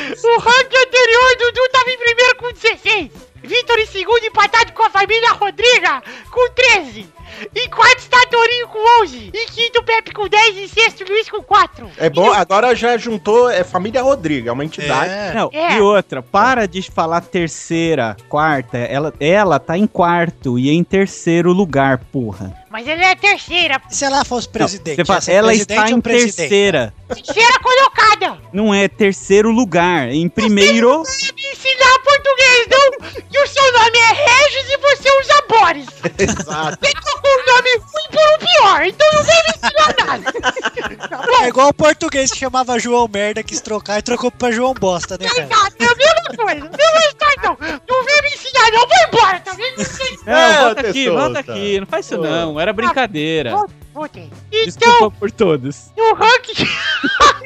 G: O ranking anterior, Dudu tava em primeiro com 16. Vitor em segundo, empatado com a família Rodriga, com 13. Em quarto está Torinho com 11. Em quinto, Pepe com 10. Em sexto, Luiz com 4.
F: É bom, agora já juntou. É família Rodrigo, é uma entidade.
D: Não,
G: É.
D: E outra, para de falar terceira, quarta. Ela, ela tá em quarto e em terceiro lugar, porra.
G: Mas ele é a terceira.
C: E se ela fosse presidente?
D: Você fala,
C: Ia ser
D: ela
C: presidente
D: está
C: ou
D: em
C: presidente?
D: terceira.
G: Terceira colocada.
D: Não é terceiro lugar, é em primeiro.
C: um
G: Me ensinar português, não? Que o seu nome é Regis e você usa Boris.
C: É,
F: Exato.
G: Você trocou um nome ruim por um pior, então não vem me ensinar nada.
C: É igual o português que chamava João Merda, quis trocar e trocou pra João Bosta, né, cara?
G: Exato, é a mesma coisa. Não vai estar, não. Não vem me ensinar, não. Vai embora, tá vendo?
C: É,
D: Não, volta
F: testou,
D: É, aqui, volta
F: tá.
D: aqui. Não faz isso
F: Ô.
D: não, era
C: Ah,
D: brincadeira.
G: Voltei.
D: É. Desculpa
G: Então,
D: por todos.
G: no ranking...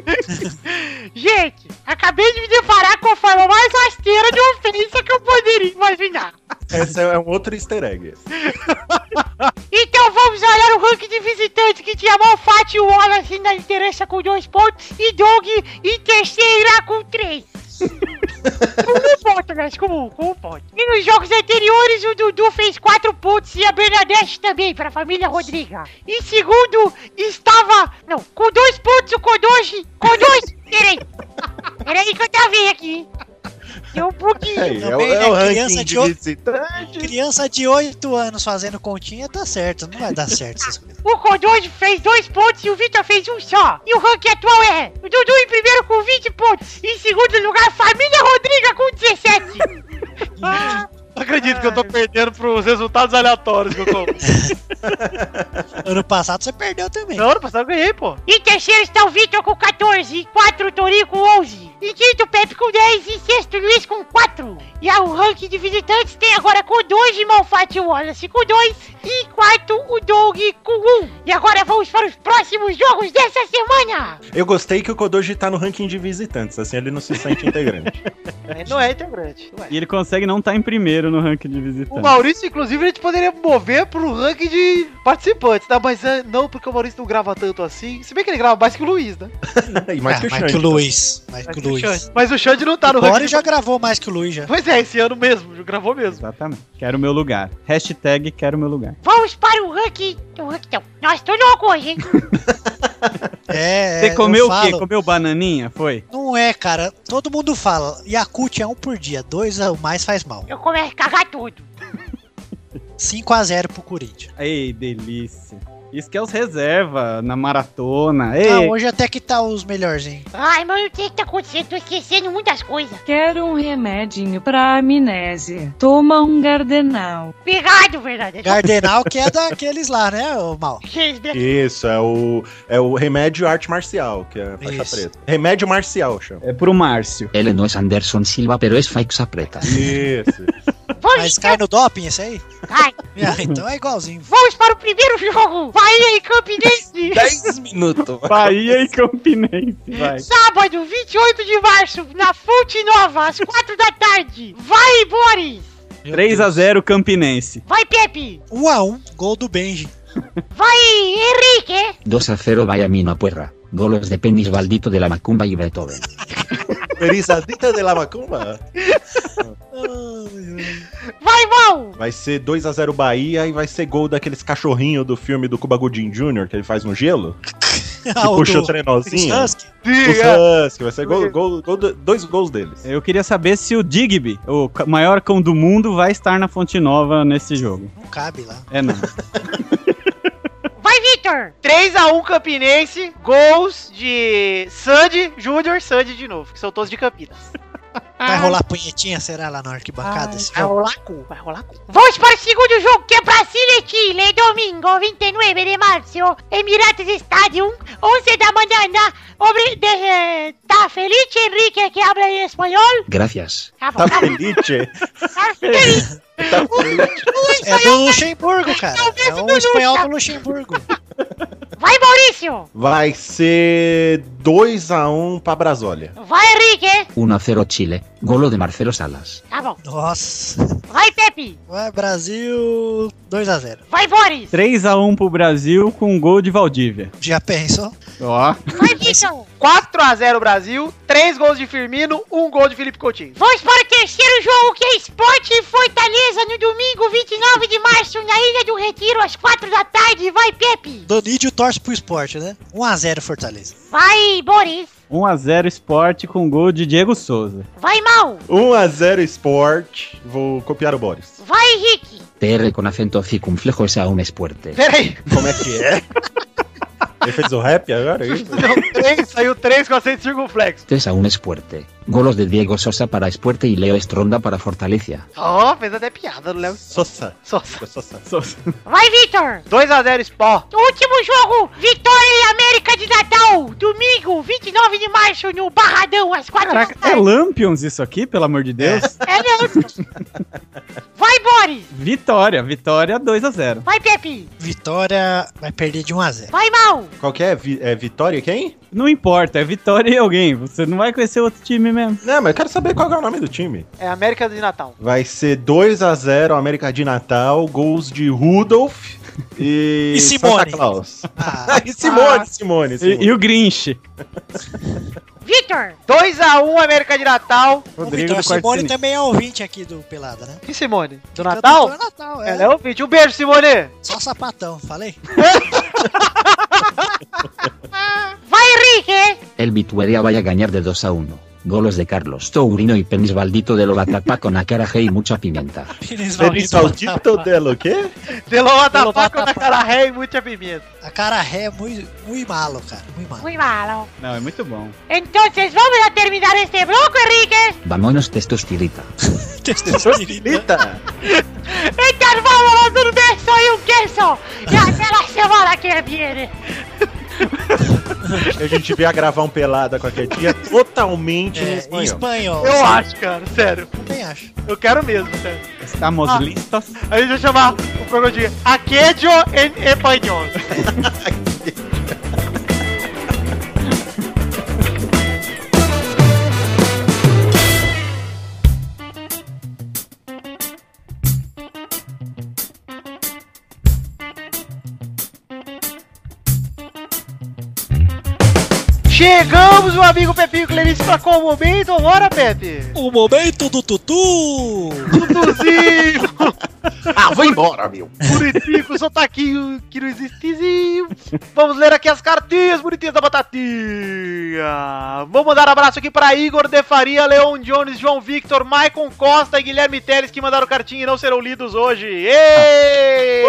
G: Gente, acabei de me deparar com a forma mais rasteira de ofensa que eu poderia imaginar.
F: Esse é um outro easter egg.
G: Então vamos olhar o ranking de visitantes que tinha Malfatti e Wallace na liderança com dois pontos e Doug em terceira com três. Por um ponto, Português como um ponto. E nos jogos anteriores, o Dudu fez quatro pontos e a Bernadette também, para a família Rodriga. Em segundo, estava. Não, com dois pontos o Kodoshi. Kodoshi! Peraí! Peraí que eu travei aqui. hein? Deu um pouquinho.
F: Aí, é, o-
C: Também,
F: é o
C: né,
F: ranking
C: criança
F: de,
C: de ouro.
F: visitante.
C: Criança de 8 anos fazendo continha tá certo, não vai dar certo essas coisas.
G: O Kodoji fez dois pontos e o Vitor fez um só. E o ranking atual é o Dudu em primeiro com 20 pontos. Em segundo lugar, Família Rodriga com 17. Ah,
E: Não acredito que eu tô perdendo pros resultados aleatórios que eu tô.
C: Ano passado você perdeu também.
E: Não, ano passado eu ganhei, pô.
G: em terceiro está o Vitor com 14. Em quarto, o Torinho com 11. Em quinto, o Pepe com 10. Em sexto, o Luiz com 4. E aí, o ranking de visitantes tem agora Kodoji, Malfatti e Wallace com 2. E em quarto, o Doug com 1. E agora vamos para os próximos jogos dessa semana.
F: Eu gostei que o Kodoji tá no ranking de visitantes, assim ele não se sente integrante.
E: Mas Não é integrante. não é.
D: E ele consegue não estar em primeiro no ranking de
E: O
D: visitantes.
E: Maurício, inclusive, a gente poderia mover pro ranking de participantes, tá? Mas ah, não, porque o Maurício não grava tanto assim. Se bem que ele grava mais que o Luiz, né?
F: e mais
C: Ah, mais que
F: que o
C: o
F: Xande.
C: Luiz. Mais
E: Mais
C: que o
E: que o
C: Luiz.
E: Xande. Mas o Xande não tá no
C: Bora
E: ranking.
C: já gravou mais que o Luiz já.
E: Pois é, esse ano mesmo, já gravou mesmo.
D: Exatamente. Quero meu lugar. Hashtag quero meu lugar.
G: Vamos para o ranking. O ranking não. Nossa, tô louco hoje, hein?
C: É,
D: Você
C: eu
D: comeu o quê?
C: falo-
D: Comeu bananinha? Foi?
C: Não é, cara. Todo mundo fala, Yakut é um por dia, dois ou mais faz mal.
G: Eu começo a cagar tudo.
C: 5x0 pro Corinthians.
D: Ei, delícia. Isso que é os reserva na maratona. Ei,
C: Ah, hoje até que tá os melhores, hein?
G: Ai, mano, o que que tá acontecendo? Tô esquecendo muitas coisas.
I: Quero um remedinho pra amnésia. Toma um gardenal.
G: Obrigado, Fernanda.
C: Gardenal que é daqueles lá, né, ô Mal?
G: Vocês me-
F: Isso, é o, é o remédio arte marcial, que é a faixa
C: Isso.
F: preta. Remédio marcial, chama.
D: é pro Márcio.
H: Él no es Anderson Silva, pero es Faixa Preta.
F: Isso.
G: Vamos,
C: Mas cai no doping esse aí?
G: Cai.
F: Uhum.
C: Ah, então é igualzinho.
G: vamos para o primeiro jogo. Bahia e Campinense.
F: 10 minutos.
D: Bahia e Campinense, vai.
G: Sábado, 28 de março, na Fonte Nova, às 4 da tarde. Vai, Boris.
D: 3x0 Campinense.
G: Vai, Pepe.
C: 1x1, gol do Benji.
G: Vai, Henrique.
H: 2 a 0 Bayamino Puerra. Golos de Penis Baldito de la Macumba y Beethoven.
F: Perizadita de la Macumba.
G: Vai, Mal.
F: Vai ser 2x0 Bahia e vai ser gol daqueles cachorrinhos do filme do Cuba Gooding Jr. que ele faz no gelo.
C: Ah,
F: que
C: o
F: puxa o né?
C: do-
F: trenozinho.
C: Husky.
F: O Husky, vai ser gol, gol- gol do- dois gols deles.
D: Eu queria saber se o Digby, o ca- maior cão do mundo, vai estar na Fonte Nova nesse jogo.
C: Não cabe lá.
D: É não.
G: Vai, Vitor.
E: 3x1 Campinense, gols de Sandy, Júnior, Sandy de novo, que são todos de Campinas.
C: Vai rolar punhetinha, será, lá na arquibancada? esse jogo?
E: rolar cu, vai rolar cu.
G: Vamos para o segundo jogo, que é Brasília e Chile, domingo 29 de marzo, Emirates Stadium, 11 da mañana. Obre- de- eh, Está feliz Enrique que habla en espanhol?
H: Gracias.
G: Tá bom,
F: Tá
G: tá bom,
F: feliz?
G: tá feliz.
F: Tá feliz?
C: É do Luxemburgo, cara. É um espanhol do Luxemburgo.
G: Vai, Maurício.
F: Vai ser 2x1 pra Brasólia.
G: Vai, Henrique.
H: 1 a 0 Chile. Golo de Marcelo Salas.
G: Tá bom.
C: Nossa.
G: Vai, Pepe.
C: Vai, Brasil 2x0.
G: Vai, Boris.
D: 3x1 pro Brasil com um gol de Valdívia.
C: Já pensou?
D: Ó.
G: Vai, Vitor.
E: 4x0 Brasil, 3 gols de Firmino, 1 gol de Felipe Coutinho.
G: Vamos para o terceiro jogo, que é Esporte e Fortaleza, no domingo 29 de março, na Ilha do Retiro, às 4 da tarde. Vai, Pepe.
C: Donídio torce pro esporte, né? 1x0 Fortaleza.
G: Vai, Boris.
D: 1x0 Sport com um gol de Diego Souza.
G: Vai, Mal.
F: 1x0 Sport. Vou copiar o Boris.
G: Vai, Henrique.
H: TR con acento circunflejo es aún es fuerte.
E: Peraí,
F: Como é que é? Ele fez o rap agora? é Isso?
E: deu 3, saiu 3 com acento circunflexo.
H: 3 aún es fuerte. Golos de Diego Sosa para Espuerte y Leo Estronda para Fortaleza.
E: Ó, fez até piada, não lembro.
F: Sossa.
E: Só
F: Sossa.
D: Souza.
G: Vai, Vitor!
E: 2x0 Sport.
G: Último jogo, Vitória e América de Natal, domingo, 29 de março, no Barradão, às 4
D: Caraca,
G: da
D: é
G: tarde.
D: Lampions isso aqui, pelo amor de Deus?
G: É Leandro. Vai, Boris!
D: Vitória, vitória 2x0.
G: Vai, Pepe!
C: Vitória vai perder de 1x0.
G: Vai, Mal!
F: Qual que é? Vi- é Vitória quem?
D: Não importa, é vitória e alguém. Você não vai conhecer outro time mesmo.
F: Não, mas eu quero saber qual que é o nome do time.
E: É América de Natal.
F: Vai ser 2x0 América de Natal, gols de Rudolf e,
C: E Simone.
F: Santa Claus.
C: Ah,
F: e Simone, Simone, Simone.
D: E, e o Grinch.
G: Vitor!
E: 2x1 América de Natal.
C: Vitor,
D: Rodrigo do
C: a
D: Quarto
C: Simone
D: Sinistro.
C: também é ouvinte aqui do Pelada, né?
E: E Simone? Do
C: Cantou
E: Então, Natal?
C: pelo Natal, é.
E: Ela é ouvinte. Um beijo, Simone.
C: Só sapatão, falei?
G: Vai, Henrique!
H: El Vitueria vaya a ganar de 2 a 1. Golos de Carlos Tourino y Penis Baldito de Lobatapa con acarajé y mucha pimienta.
C: Pires
F: Feliz
C: Valdito,
F: Saldito dela, o quê?
E: Delon Atapaco,
C: Atapaco.
E: Nacara Ré e muita pimenta.
C: A cara ré é muito, muito malo, cara. Muito malo.
G: Muy malo.
D: Não, é muito bom.
G: Entonces, vamos a terminar este bloco, Enrique.
H: Vámonos testostirita.
C: Testosterona.
G: Entonces, vamos a un beso y un queso. Y hasta la semana que viene.
F: A gente veio a gravar um pelada qualquer dia totalmente
C: É,
F: em
C: em
F: espanhol.
C: espanhol.
E: Eu
C: sim,
E: acho, cara. Sério.
C: Também acho.
E: Eu quero mesmo, sério.
D: Estamos
E: Ah.
D: listos.
E: A gente vai chamar o programa de Aquedio en Espanhol. Chegamos, meu amigo Pepinho Clerice, pra qual momento? Bora, Pepe!
C: O momento do tutu!
E: Tutuzinho!
F: Ah, vou embora, meu.
E: Bonitinho, com sotaquinho que não existezinho. Vamos ler aqui as cartinhas bonitinhas da batatinha. Vou mandar um abraço aqui pra Igor de Faria, Leon Jones, João Victor, Maicon Costa e Guilherme Teles que mandaram cartinha e não serão lidos hoje. Ei!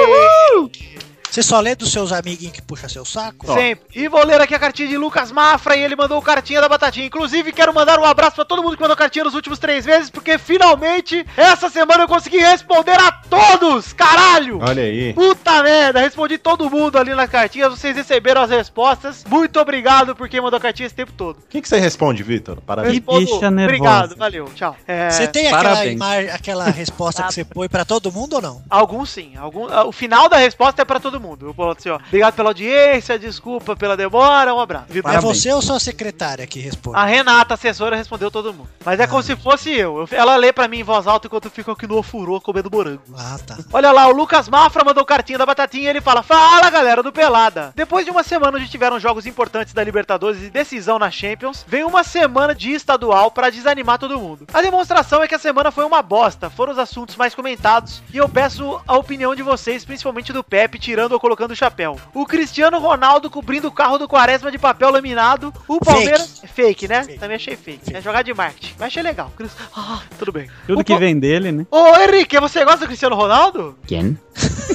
C: Você só lê dos seus amiguinhos que puxa seu saco?
E: Sempre. E vou ler aqui a cartinha de Lucas Mafra e ele mandou cartinha da batatinha. Inclusive, quero mandar um abraço pra todo mundo que mandou cartinha nos últimos três meses, porque finalmente essa semana eu consegui responder a todos! Caralho!
F: Olha aí.
E: Puta merda, respondi todo mundo ali nas cartinhas, vocês receberam as respostas. Muito obrigado por quem mandou cartinha esse tempo todo.
F: O que, que você responde, Vitor? Parabéns.
D: bicha nervosa.
E: Obrigado, valeu, tchau. É,
C: Você tem aquela,
F: parabéns.
C: imagem, aquela resposta que você põe pra todo mundo ou não?
E: Alguns sim, algum, ah, o final da resposta é pra todo mundo. Eu coloco assim, ó. Obrigado pela audiência, desculpa pela demora, um abraço.
C: É você ou sua secretária que responde?
E: A Renata, assessora, respondeu todo mundo. Mas é como se fosse eu. Eu- Ela lê pra mim em voz alta enquanto eu fico aqui no ofurô comendo morango.
C: Ah, tá.
E: Olha lá, o Lucas Mafra mandou cartinha da batatinha e ele fala: Fala galera do Pelada! Depois de uma semana onde tiveram jogos importantes da Libertadores e decisão na Champions, vem uma semana de estadual pra desanimar todo mundo. A demonstração é que a semana foi uma bosta, foram os assuntos mais comentados e eu peço a opinião de vocês, principalmente do Pepe, tirando ou colocando o chapéu. O Cristiano Ronaldo cobrindo o carro do Quaresma de papel laminado, o Palmeiras. Fake, né?
C: Fake.
E: Também achei fake. É jogar de marketing. Mas achei legal. Cris- Ah, tudo bem.
D: Tudo
E: O
D: que
E: Pa-
D: vem dele, né?
E: Ô, Henrique, você gosta do Cristiano Ronaldo?
H: ¿Quién?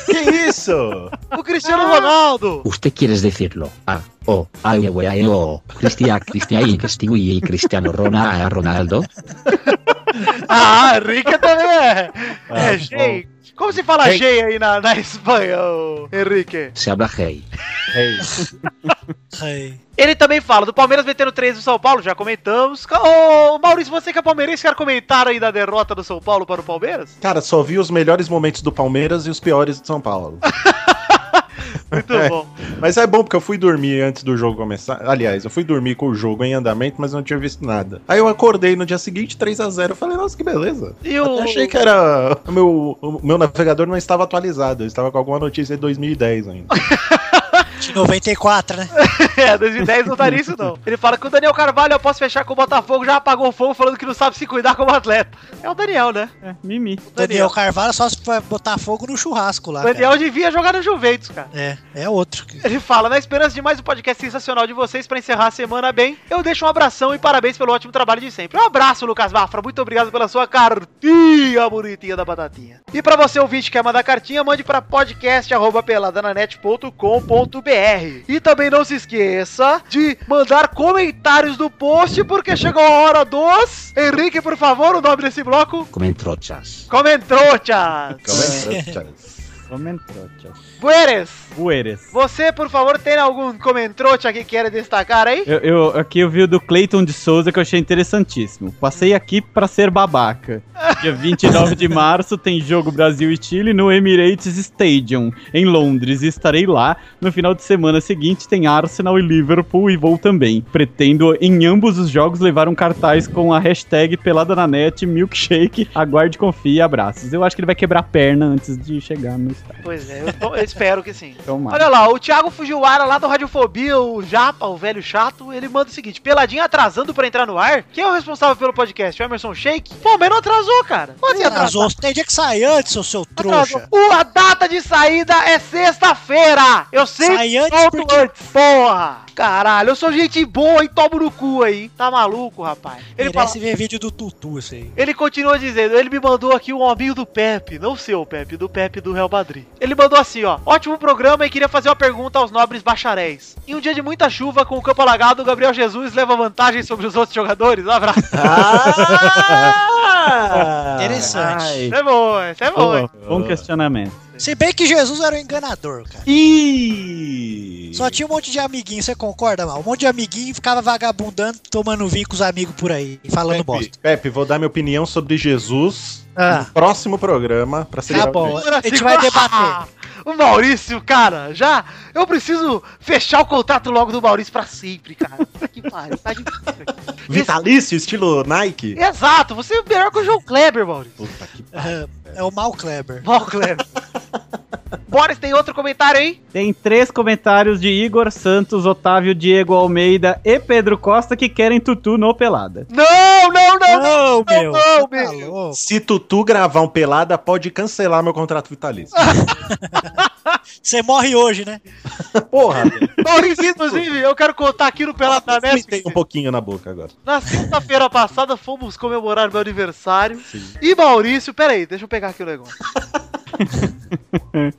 F: Que isso?
E: O Cristiano Ronaldo!
H: ¿Usted quieres decirlo? Ah, oh, ay, ay, ay, oh, Cristian, Cristian y Cristian y Cristiano Ronaldo, Ronaldo.
E: Ah, rica também é!
F: Ah,
E: é,
F: bom.
E: Jay. Como se fala
F: Jay.
E: Jay aí na, na Espanha, ô, Henrique?
H: Se habla hey.
F: Ei,
C: Ai.
E: Ele também fala do Palmeiras metendo 3 do São Paulo, já comentamos. Ô, Maurício, você que é palmeirense, quer comentar aí da derrota do São Paulo para o Palmeiras?
F: Cara, só vi os melhores momentos do Palmeiras e os piores do São Paulo.
E: Muito
F: É.
E: bom.
F: Mas é bom porque eu fui dormir antes do jogo começar. Aliás, eu fui dormir com o jogo em andamento, mas não tinha visto nada. Aí eu acordei no dia seguinte, 3 a 0 Eu falei, nossa, que beleza.
E: E o...
F: Eu achei que era. O meu, o meu navegador não estava atualizado, eu estava com alguma notícia de 2010 ainda.
C: De 94, né?
E: É, 2010 não daria isso não. Ele fala que o Daniel Carvalho, eu posso fechar com o Botafogo, já apagou o fogo falando que não sabe se cuidar como atleta. É o Daniel, né?
D: É, mimi.
C: Daniel Carvalho só se for botar fogo no churrasco lá.
E: Daniel devia jogar no Juventus, cara.
C: Cara. É, é outro. que-
E: Ele fala, na esperança de mais um podcast sensacional de vocês pra encerrar a semana bem, eu deixo um abração e parabéns pelo ótimo trabalho de sempre. Um abraço, Lucas Mafra. Muito obrigado pela sua cartinha bonitinha da batatinha. E pra você ouvinte que quer mandar cartinha, mande pra podcast@peladananet.com.br. E também não se esqueça de mandar comentários do post porque chegou a hora dos Henrique, por favor, o nome desse bloco.
H: Comen trochas.
E: Comentrou, tchau.
C: É.
D: Comentrochas.
E: Bueres,
D: Bueres.
E: você, por favor, tem algum comentrote aqui que queira destacar aí?
D: Eu, eu- aqui eu vi o do Clayton de Souza que eu achei interessantíssimo. Passei aqui pra ser babaca. Dia 29 de março tem jogo Brasil e Chile no Emirates Stadium, em Londres, e estarei lá. No final de semana seguinte tem Arsenal e Liverpool e vou também. Pretendo em ambos os jogos levar um cartaz com a hashtag pelada na net, milkshake, aguarde, confie, abraços. Eu acho que ele vai quebrar a perna antes de chegar no estar.
E: Pois é, eu, to- eu espero que sim.
D: Tomara.
E: Olha lá, o Thiago Fujiwara lá do Radiofobia, o Japa, o velho chato, ele manda o seguinte: Peladinha atrasando pra entrar no ar? Quem é o responsável pelo podcast? O Emerson Shake? Pô, mas não atrasou, cara. Pode
C: Atrasou. Tem dia que sai antes, seu, seu trouxa.
E: O, a data de saída é sexta-feira! Eu sempre
C: Sai antes
E: solto
C: porque-
E: antes, porra! Caralho, eu sou gente boa e tomo no cu aí. Tá maluco, rapaz? Ele
C: Ele
E: fala,
C: Merece ver vídeo do Tutu, assim. isso aí.
E: ele continua dizendo, ele me mandou aqui um amigo do Pepe, não o seu Pepe, do Pepe do Real Madrid. Ele mandou assim, ó, ótimo programa e queria fazer uma pergunta aos nobres bacharéis. Em um dia de muita chuva, com o campo alagado, o Gabriel Jesus leva vantagem sobre os outros jogadores? Um abraço.
B: Ah!
C: Interessante.
E: Isso é bom, isso é bom.
D: Boa, bom questionamento.
C: Se bem que Jesus era um enganador, cara.
F: Ih!
C: Só tinha um monte de amiguinho, você concorda, mal? Um monte de amiguinho e ficava vagabundando, tomando vinho com os amigos por aí, falando bosta.
F: Pepe, Pepe, vou dar minha opinião sobre Jesus
C: Ah,
F: no próximo programa. Pra ser
C: tá bom. A gente vai
B: um
C: debater.
E: O Maurício, cara, já. Eu preciso fechar o contrato logo do Maurício pra sempre, cara. Puta que pariu, tá difícil aqui.
F: Vitalício, estilo Nike.
E: Exato, você é melhor que o João Kleber, Maurício.
F: Puta que
C: É o Mal Kleber.
E: Mal Kleber. Boris, tem outro comentário aí?
D: Tem três comentários de Igor Santos, Otávio Diego Almeida e Pedro Costa que querem Tutu no Pelada.
E: Não, não, não,
C: Não,
E: não, não,
C: meu. Tá
E: não, meu.
C: louco.
F: Se Tutu gravar um pelada, pode cancelar meu contrato vitalício.
C: Ah. Você morre hoje, né?
F: Porra,
E: Maurício, inclusive, eu quero contar aqui no Pelado da
F: me
E: Nest.
F: tem um pouquinho na boca agora.
E: Na sexta-feira passada fomos comemorar meu aniversário. E Maurício, peraí, deixa eu pegar aqui o negócio.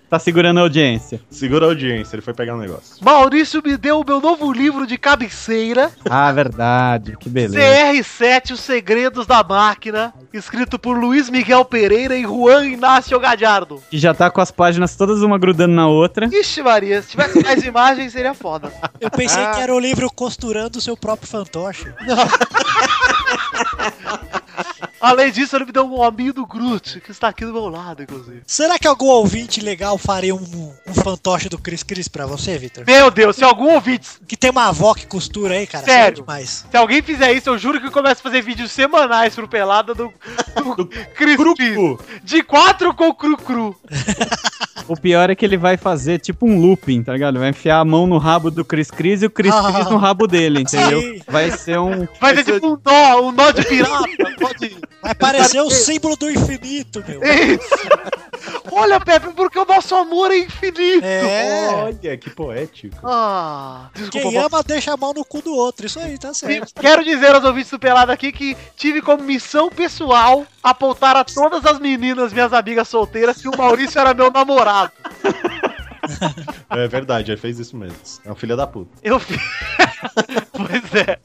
D: Tá segurando a audiência.
F: Segura a audiência, ele foi pegar um negócio.
E: Maurício me deu o meu novo livro de cabeceira,
D: Ah, verdade. Que beleza.
E: CR7 Os Segredos da Máquina, escrito por Luiz Miguel Pereira e Juan Inácio Gadiardo.
D: Que já tá com as páginas todas uma grudando na outra.
E: Ixi, Maria, se tivesse mais imagens seria foda.
C: Eu pensei que era o livro costurando o seu próprio fantoche.
E: Além disso, ele me deu um amigo do Groot, que está aqui do meu lado, inclusive.
C: Será que algum ouvinte legal faria um, um fantoche do Cris Cris pra você, Victor?
E: Meu Deus, se algum ouvinte
C: Que tem uma avó que costura aí, cara.
E: Sério?
C: Mas
E: Se alguém fizer isso, eu juro que eu começo a fazer vídeos semanais pro Pelada do, do Cris Cris.
F: Grupo!
E: De quatro com o Cru Cru.
D: O pior é que ele vai fazer tipo um looping, tá ligado? Vai enfiar a mão no rabo do Cris Cris e o Cris Cris no rabo dele, entendeu?
C: Ah. Sim.
D: Vai ser um.
E: Vai ser tipo um nó, um nó de pirata. um nó de-
C: vai parecer é o símbolo do infinito, meu.
E: Isso. Olha, Pepe, porque o nosso amor é infinito.
C: É.
F: Olha, que poético.
E: Ah, desculpa,
C: Quem
E: vou-
C: ama deixa a mão no cu do outro. Isso aí, tá certo.
E: Quero dizer aos ouvintes do Pelado aqui que tive como missão pessoal apontar a todas as meninas, minhas amigas solteiras, que o Maurício era meu namorado.
F: É verdade, ele fez isso mesmo. É um filho da puta.
E: Eu fiz. pois é.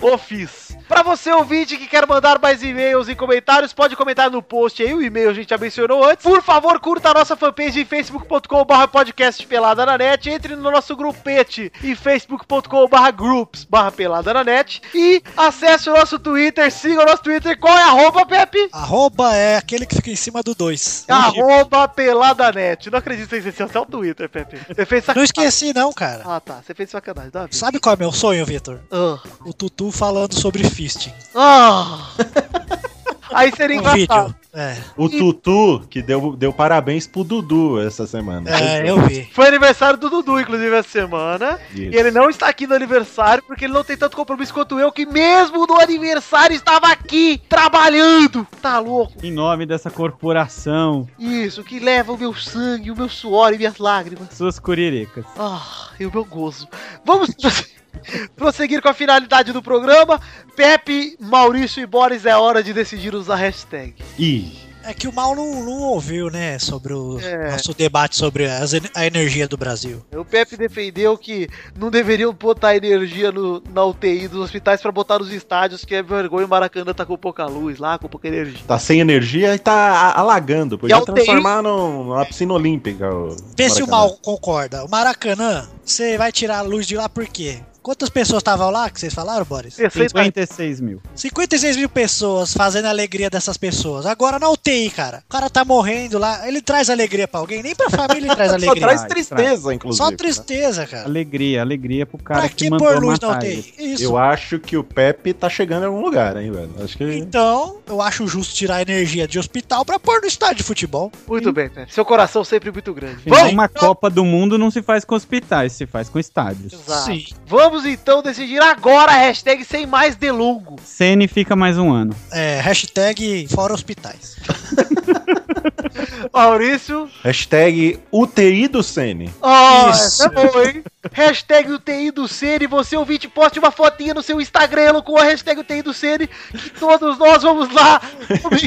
E: O fiz. Pra você ouvinte que quer mandar mais e-mails e comentários, pode comentar no post aí. O e-mail a gente já mencionou antes. Por favor, curta a nossa fanpage em facebook.com.br podcast pelada na net. Entre no nosso grupete em facebook.com.br groups barra pelada na net. E acesse o nosso Twitter, siga o nosso Twitter. Qual é a arroba, Pepe?
C: Arroba é aquele que fica em cima do dois.
E: Ah, Arroba peladanet. Não acredito que você esqueceu até o Twitter, Pepe. Você fez
C: Não
E: sacanagem.
C: esqueci, não, cara.
E: Ah, tá. Você fez sacanagem. Dá uma vida.
C: Sabe qual é meu sonho, Vitor?
E: Ah.
C: O Tutu falando sobre fisting.
E: Ah! Aí seria
C: Um vídeo.
E: engraçado.
C: É,
F: O Tutu, que deu, deu parabéns pro Dudu essa semana.
C: é, eu vi.
E: Foi aniversário do Dudu, inclusive, essa semana.
F: Isso.
E: E ele não está aqui no aniversário porque ele não tem tanto compromisso quanto eu, que mesmo no aniversário estava aqui trabalhando. Tá louco?
D: Em nome dessa corporação,
E: Isso, que leva o meu sangue, o meu suor e minhas lágrimas.
D: suas curiricas.
E: Ah, e o meu gozo. Vamos prosseguir com a finalidade do programa. Pepe, Maurício e Boris, é hora de decidir usar a hashtag.
F: Ih,
C: É que o mal não, não ouviu, né, sobre o
E: É.
C: nosso debate sobre as en- a energia do Brasil.
E: O Pepe defendeu que não deveriam botar energia no- na UTI dos hospitais pra botar nos estádios, que é vergonha. O Maracanã tá com pouca luz lá, com pouca energia.
F: tá sem energia e tá a- alagando. Podia
E: E a UTI?
F: transformar num- numa piscina olímpica. o
C: Vê se o
F: Maracanã.
C: mal concorda. O Maracanã, você vai tirar a luz de lá por quê? Quantas pessoas estavam lá que vocês falaram, Boris?
D: 56 mil.
C: 56 mil pessoas fazendo a alegria dessas pessoas. Agora na UTI, cara. O cara tá morrendo lá. Ele traz alegria pra alguém. Nem pra família ele traz
F: Só
C: alegria.
F: traz Ah, tristeza, inclusive. né?
C: Só tristeza, cara.
D: Alegria, alegria pro cara
C: pra
D: que
C: que
D: mandou
C: pôr Tá luz na
D: matar ele.
C: UTI? Isso.
F: Eu acho que o Pepe tá chegando em algum lugar, hein, velho? Acho que.
C: Então, eu acho justo tirar a energia de hospital pra pôr no estádio de futebol.
E: Muito bem, Pepe. Seu coração sempre muito grande.
D: Afinal,
E: Bom,
D: uma Copa do Mundo não se faz com hospitais, se faz com estádios.
C: Sim.
E: vamos então decidir agora a hashtag sem mais delongo.
D: Sene fica mais um ano.
C: É, hashtag fora hospitais.
E: Maurício.
F: Hashtag UTI do Sene.
E: Ó,
C: Isso.
E: essa é boa, hein? Hashtag UTI do Sene. Você ouvinte, poste uma fotinha no seu Instagram com a hashtag UTI do Sene. Que todos nós vamos lá.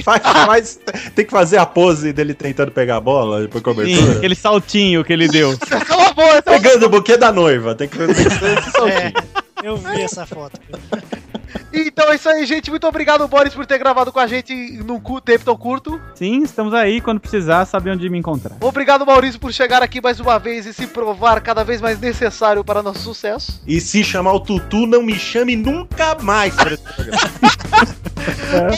F: Faz- faz- tem que fazer a pose dele tentando pegar a bola depois da
D: Sim,
F: cobertura.
D: aquele saltinho que ele deu.
E: Essa é uma
B: Então
E: boa, essa é uma
F: Pegando o buquê da noiva. Tem que, tem que ser esse
C: É,
F: saltinho.
C: eu vi essa foto.
E: Então é isso aí, gente. Muito obrigado, Boris, por ter gravado com a gente num cu- tempo tão curto.
D: Sim, estamos aí. Quando precisar, sabe onde me encontrar.
E: Obrigado, Maurício, por chegar aqui mais uma vez e se provar cada vez mais necessário para nosso sucesso.
F: E se chamar o Tutu, não me chame nunca mais pra esse programa.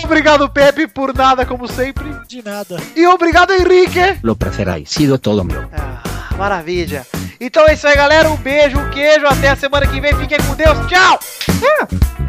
H: É.
E: Obrigado, Pepe, por nada, como sempre.
C: De nada.
E: E obrigado, Henrique.
H: Lo placer ha sido todo mío.
E: Ah, maravilha. Então é isso aí, galera. Um beijo, um queijo. Até a semana que vem. Fiquem com Deus. Tchau!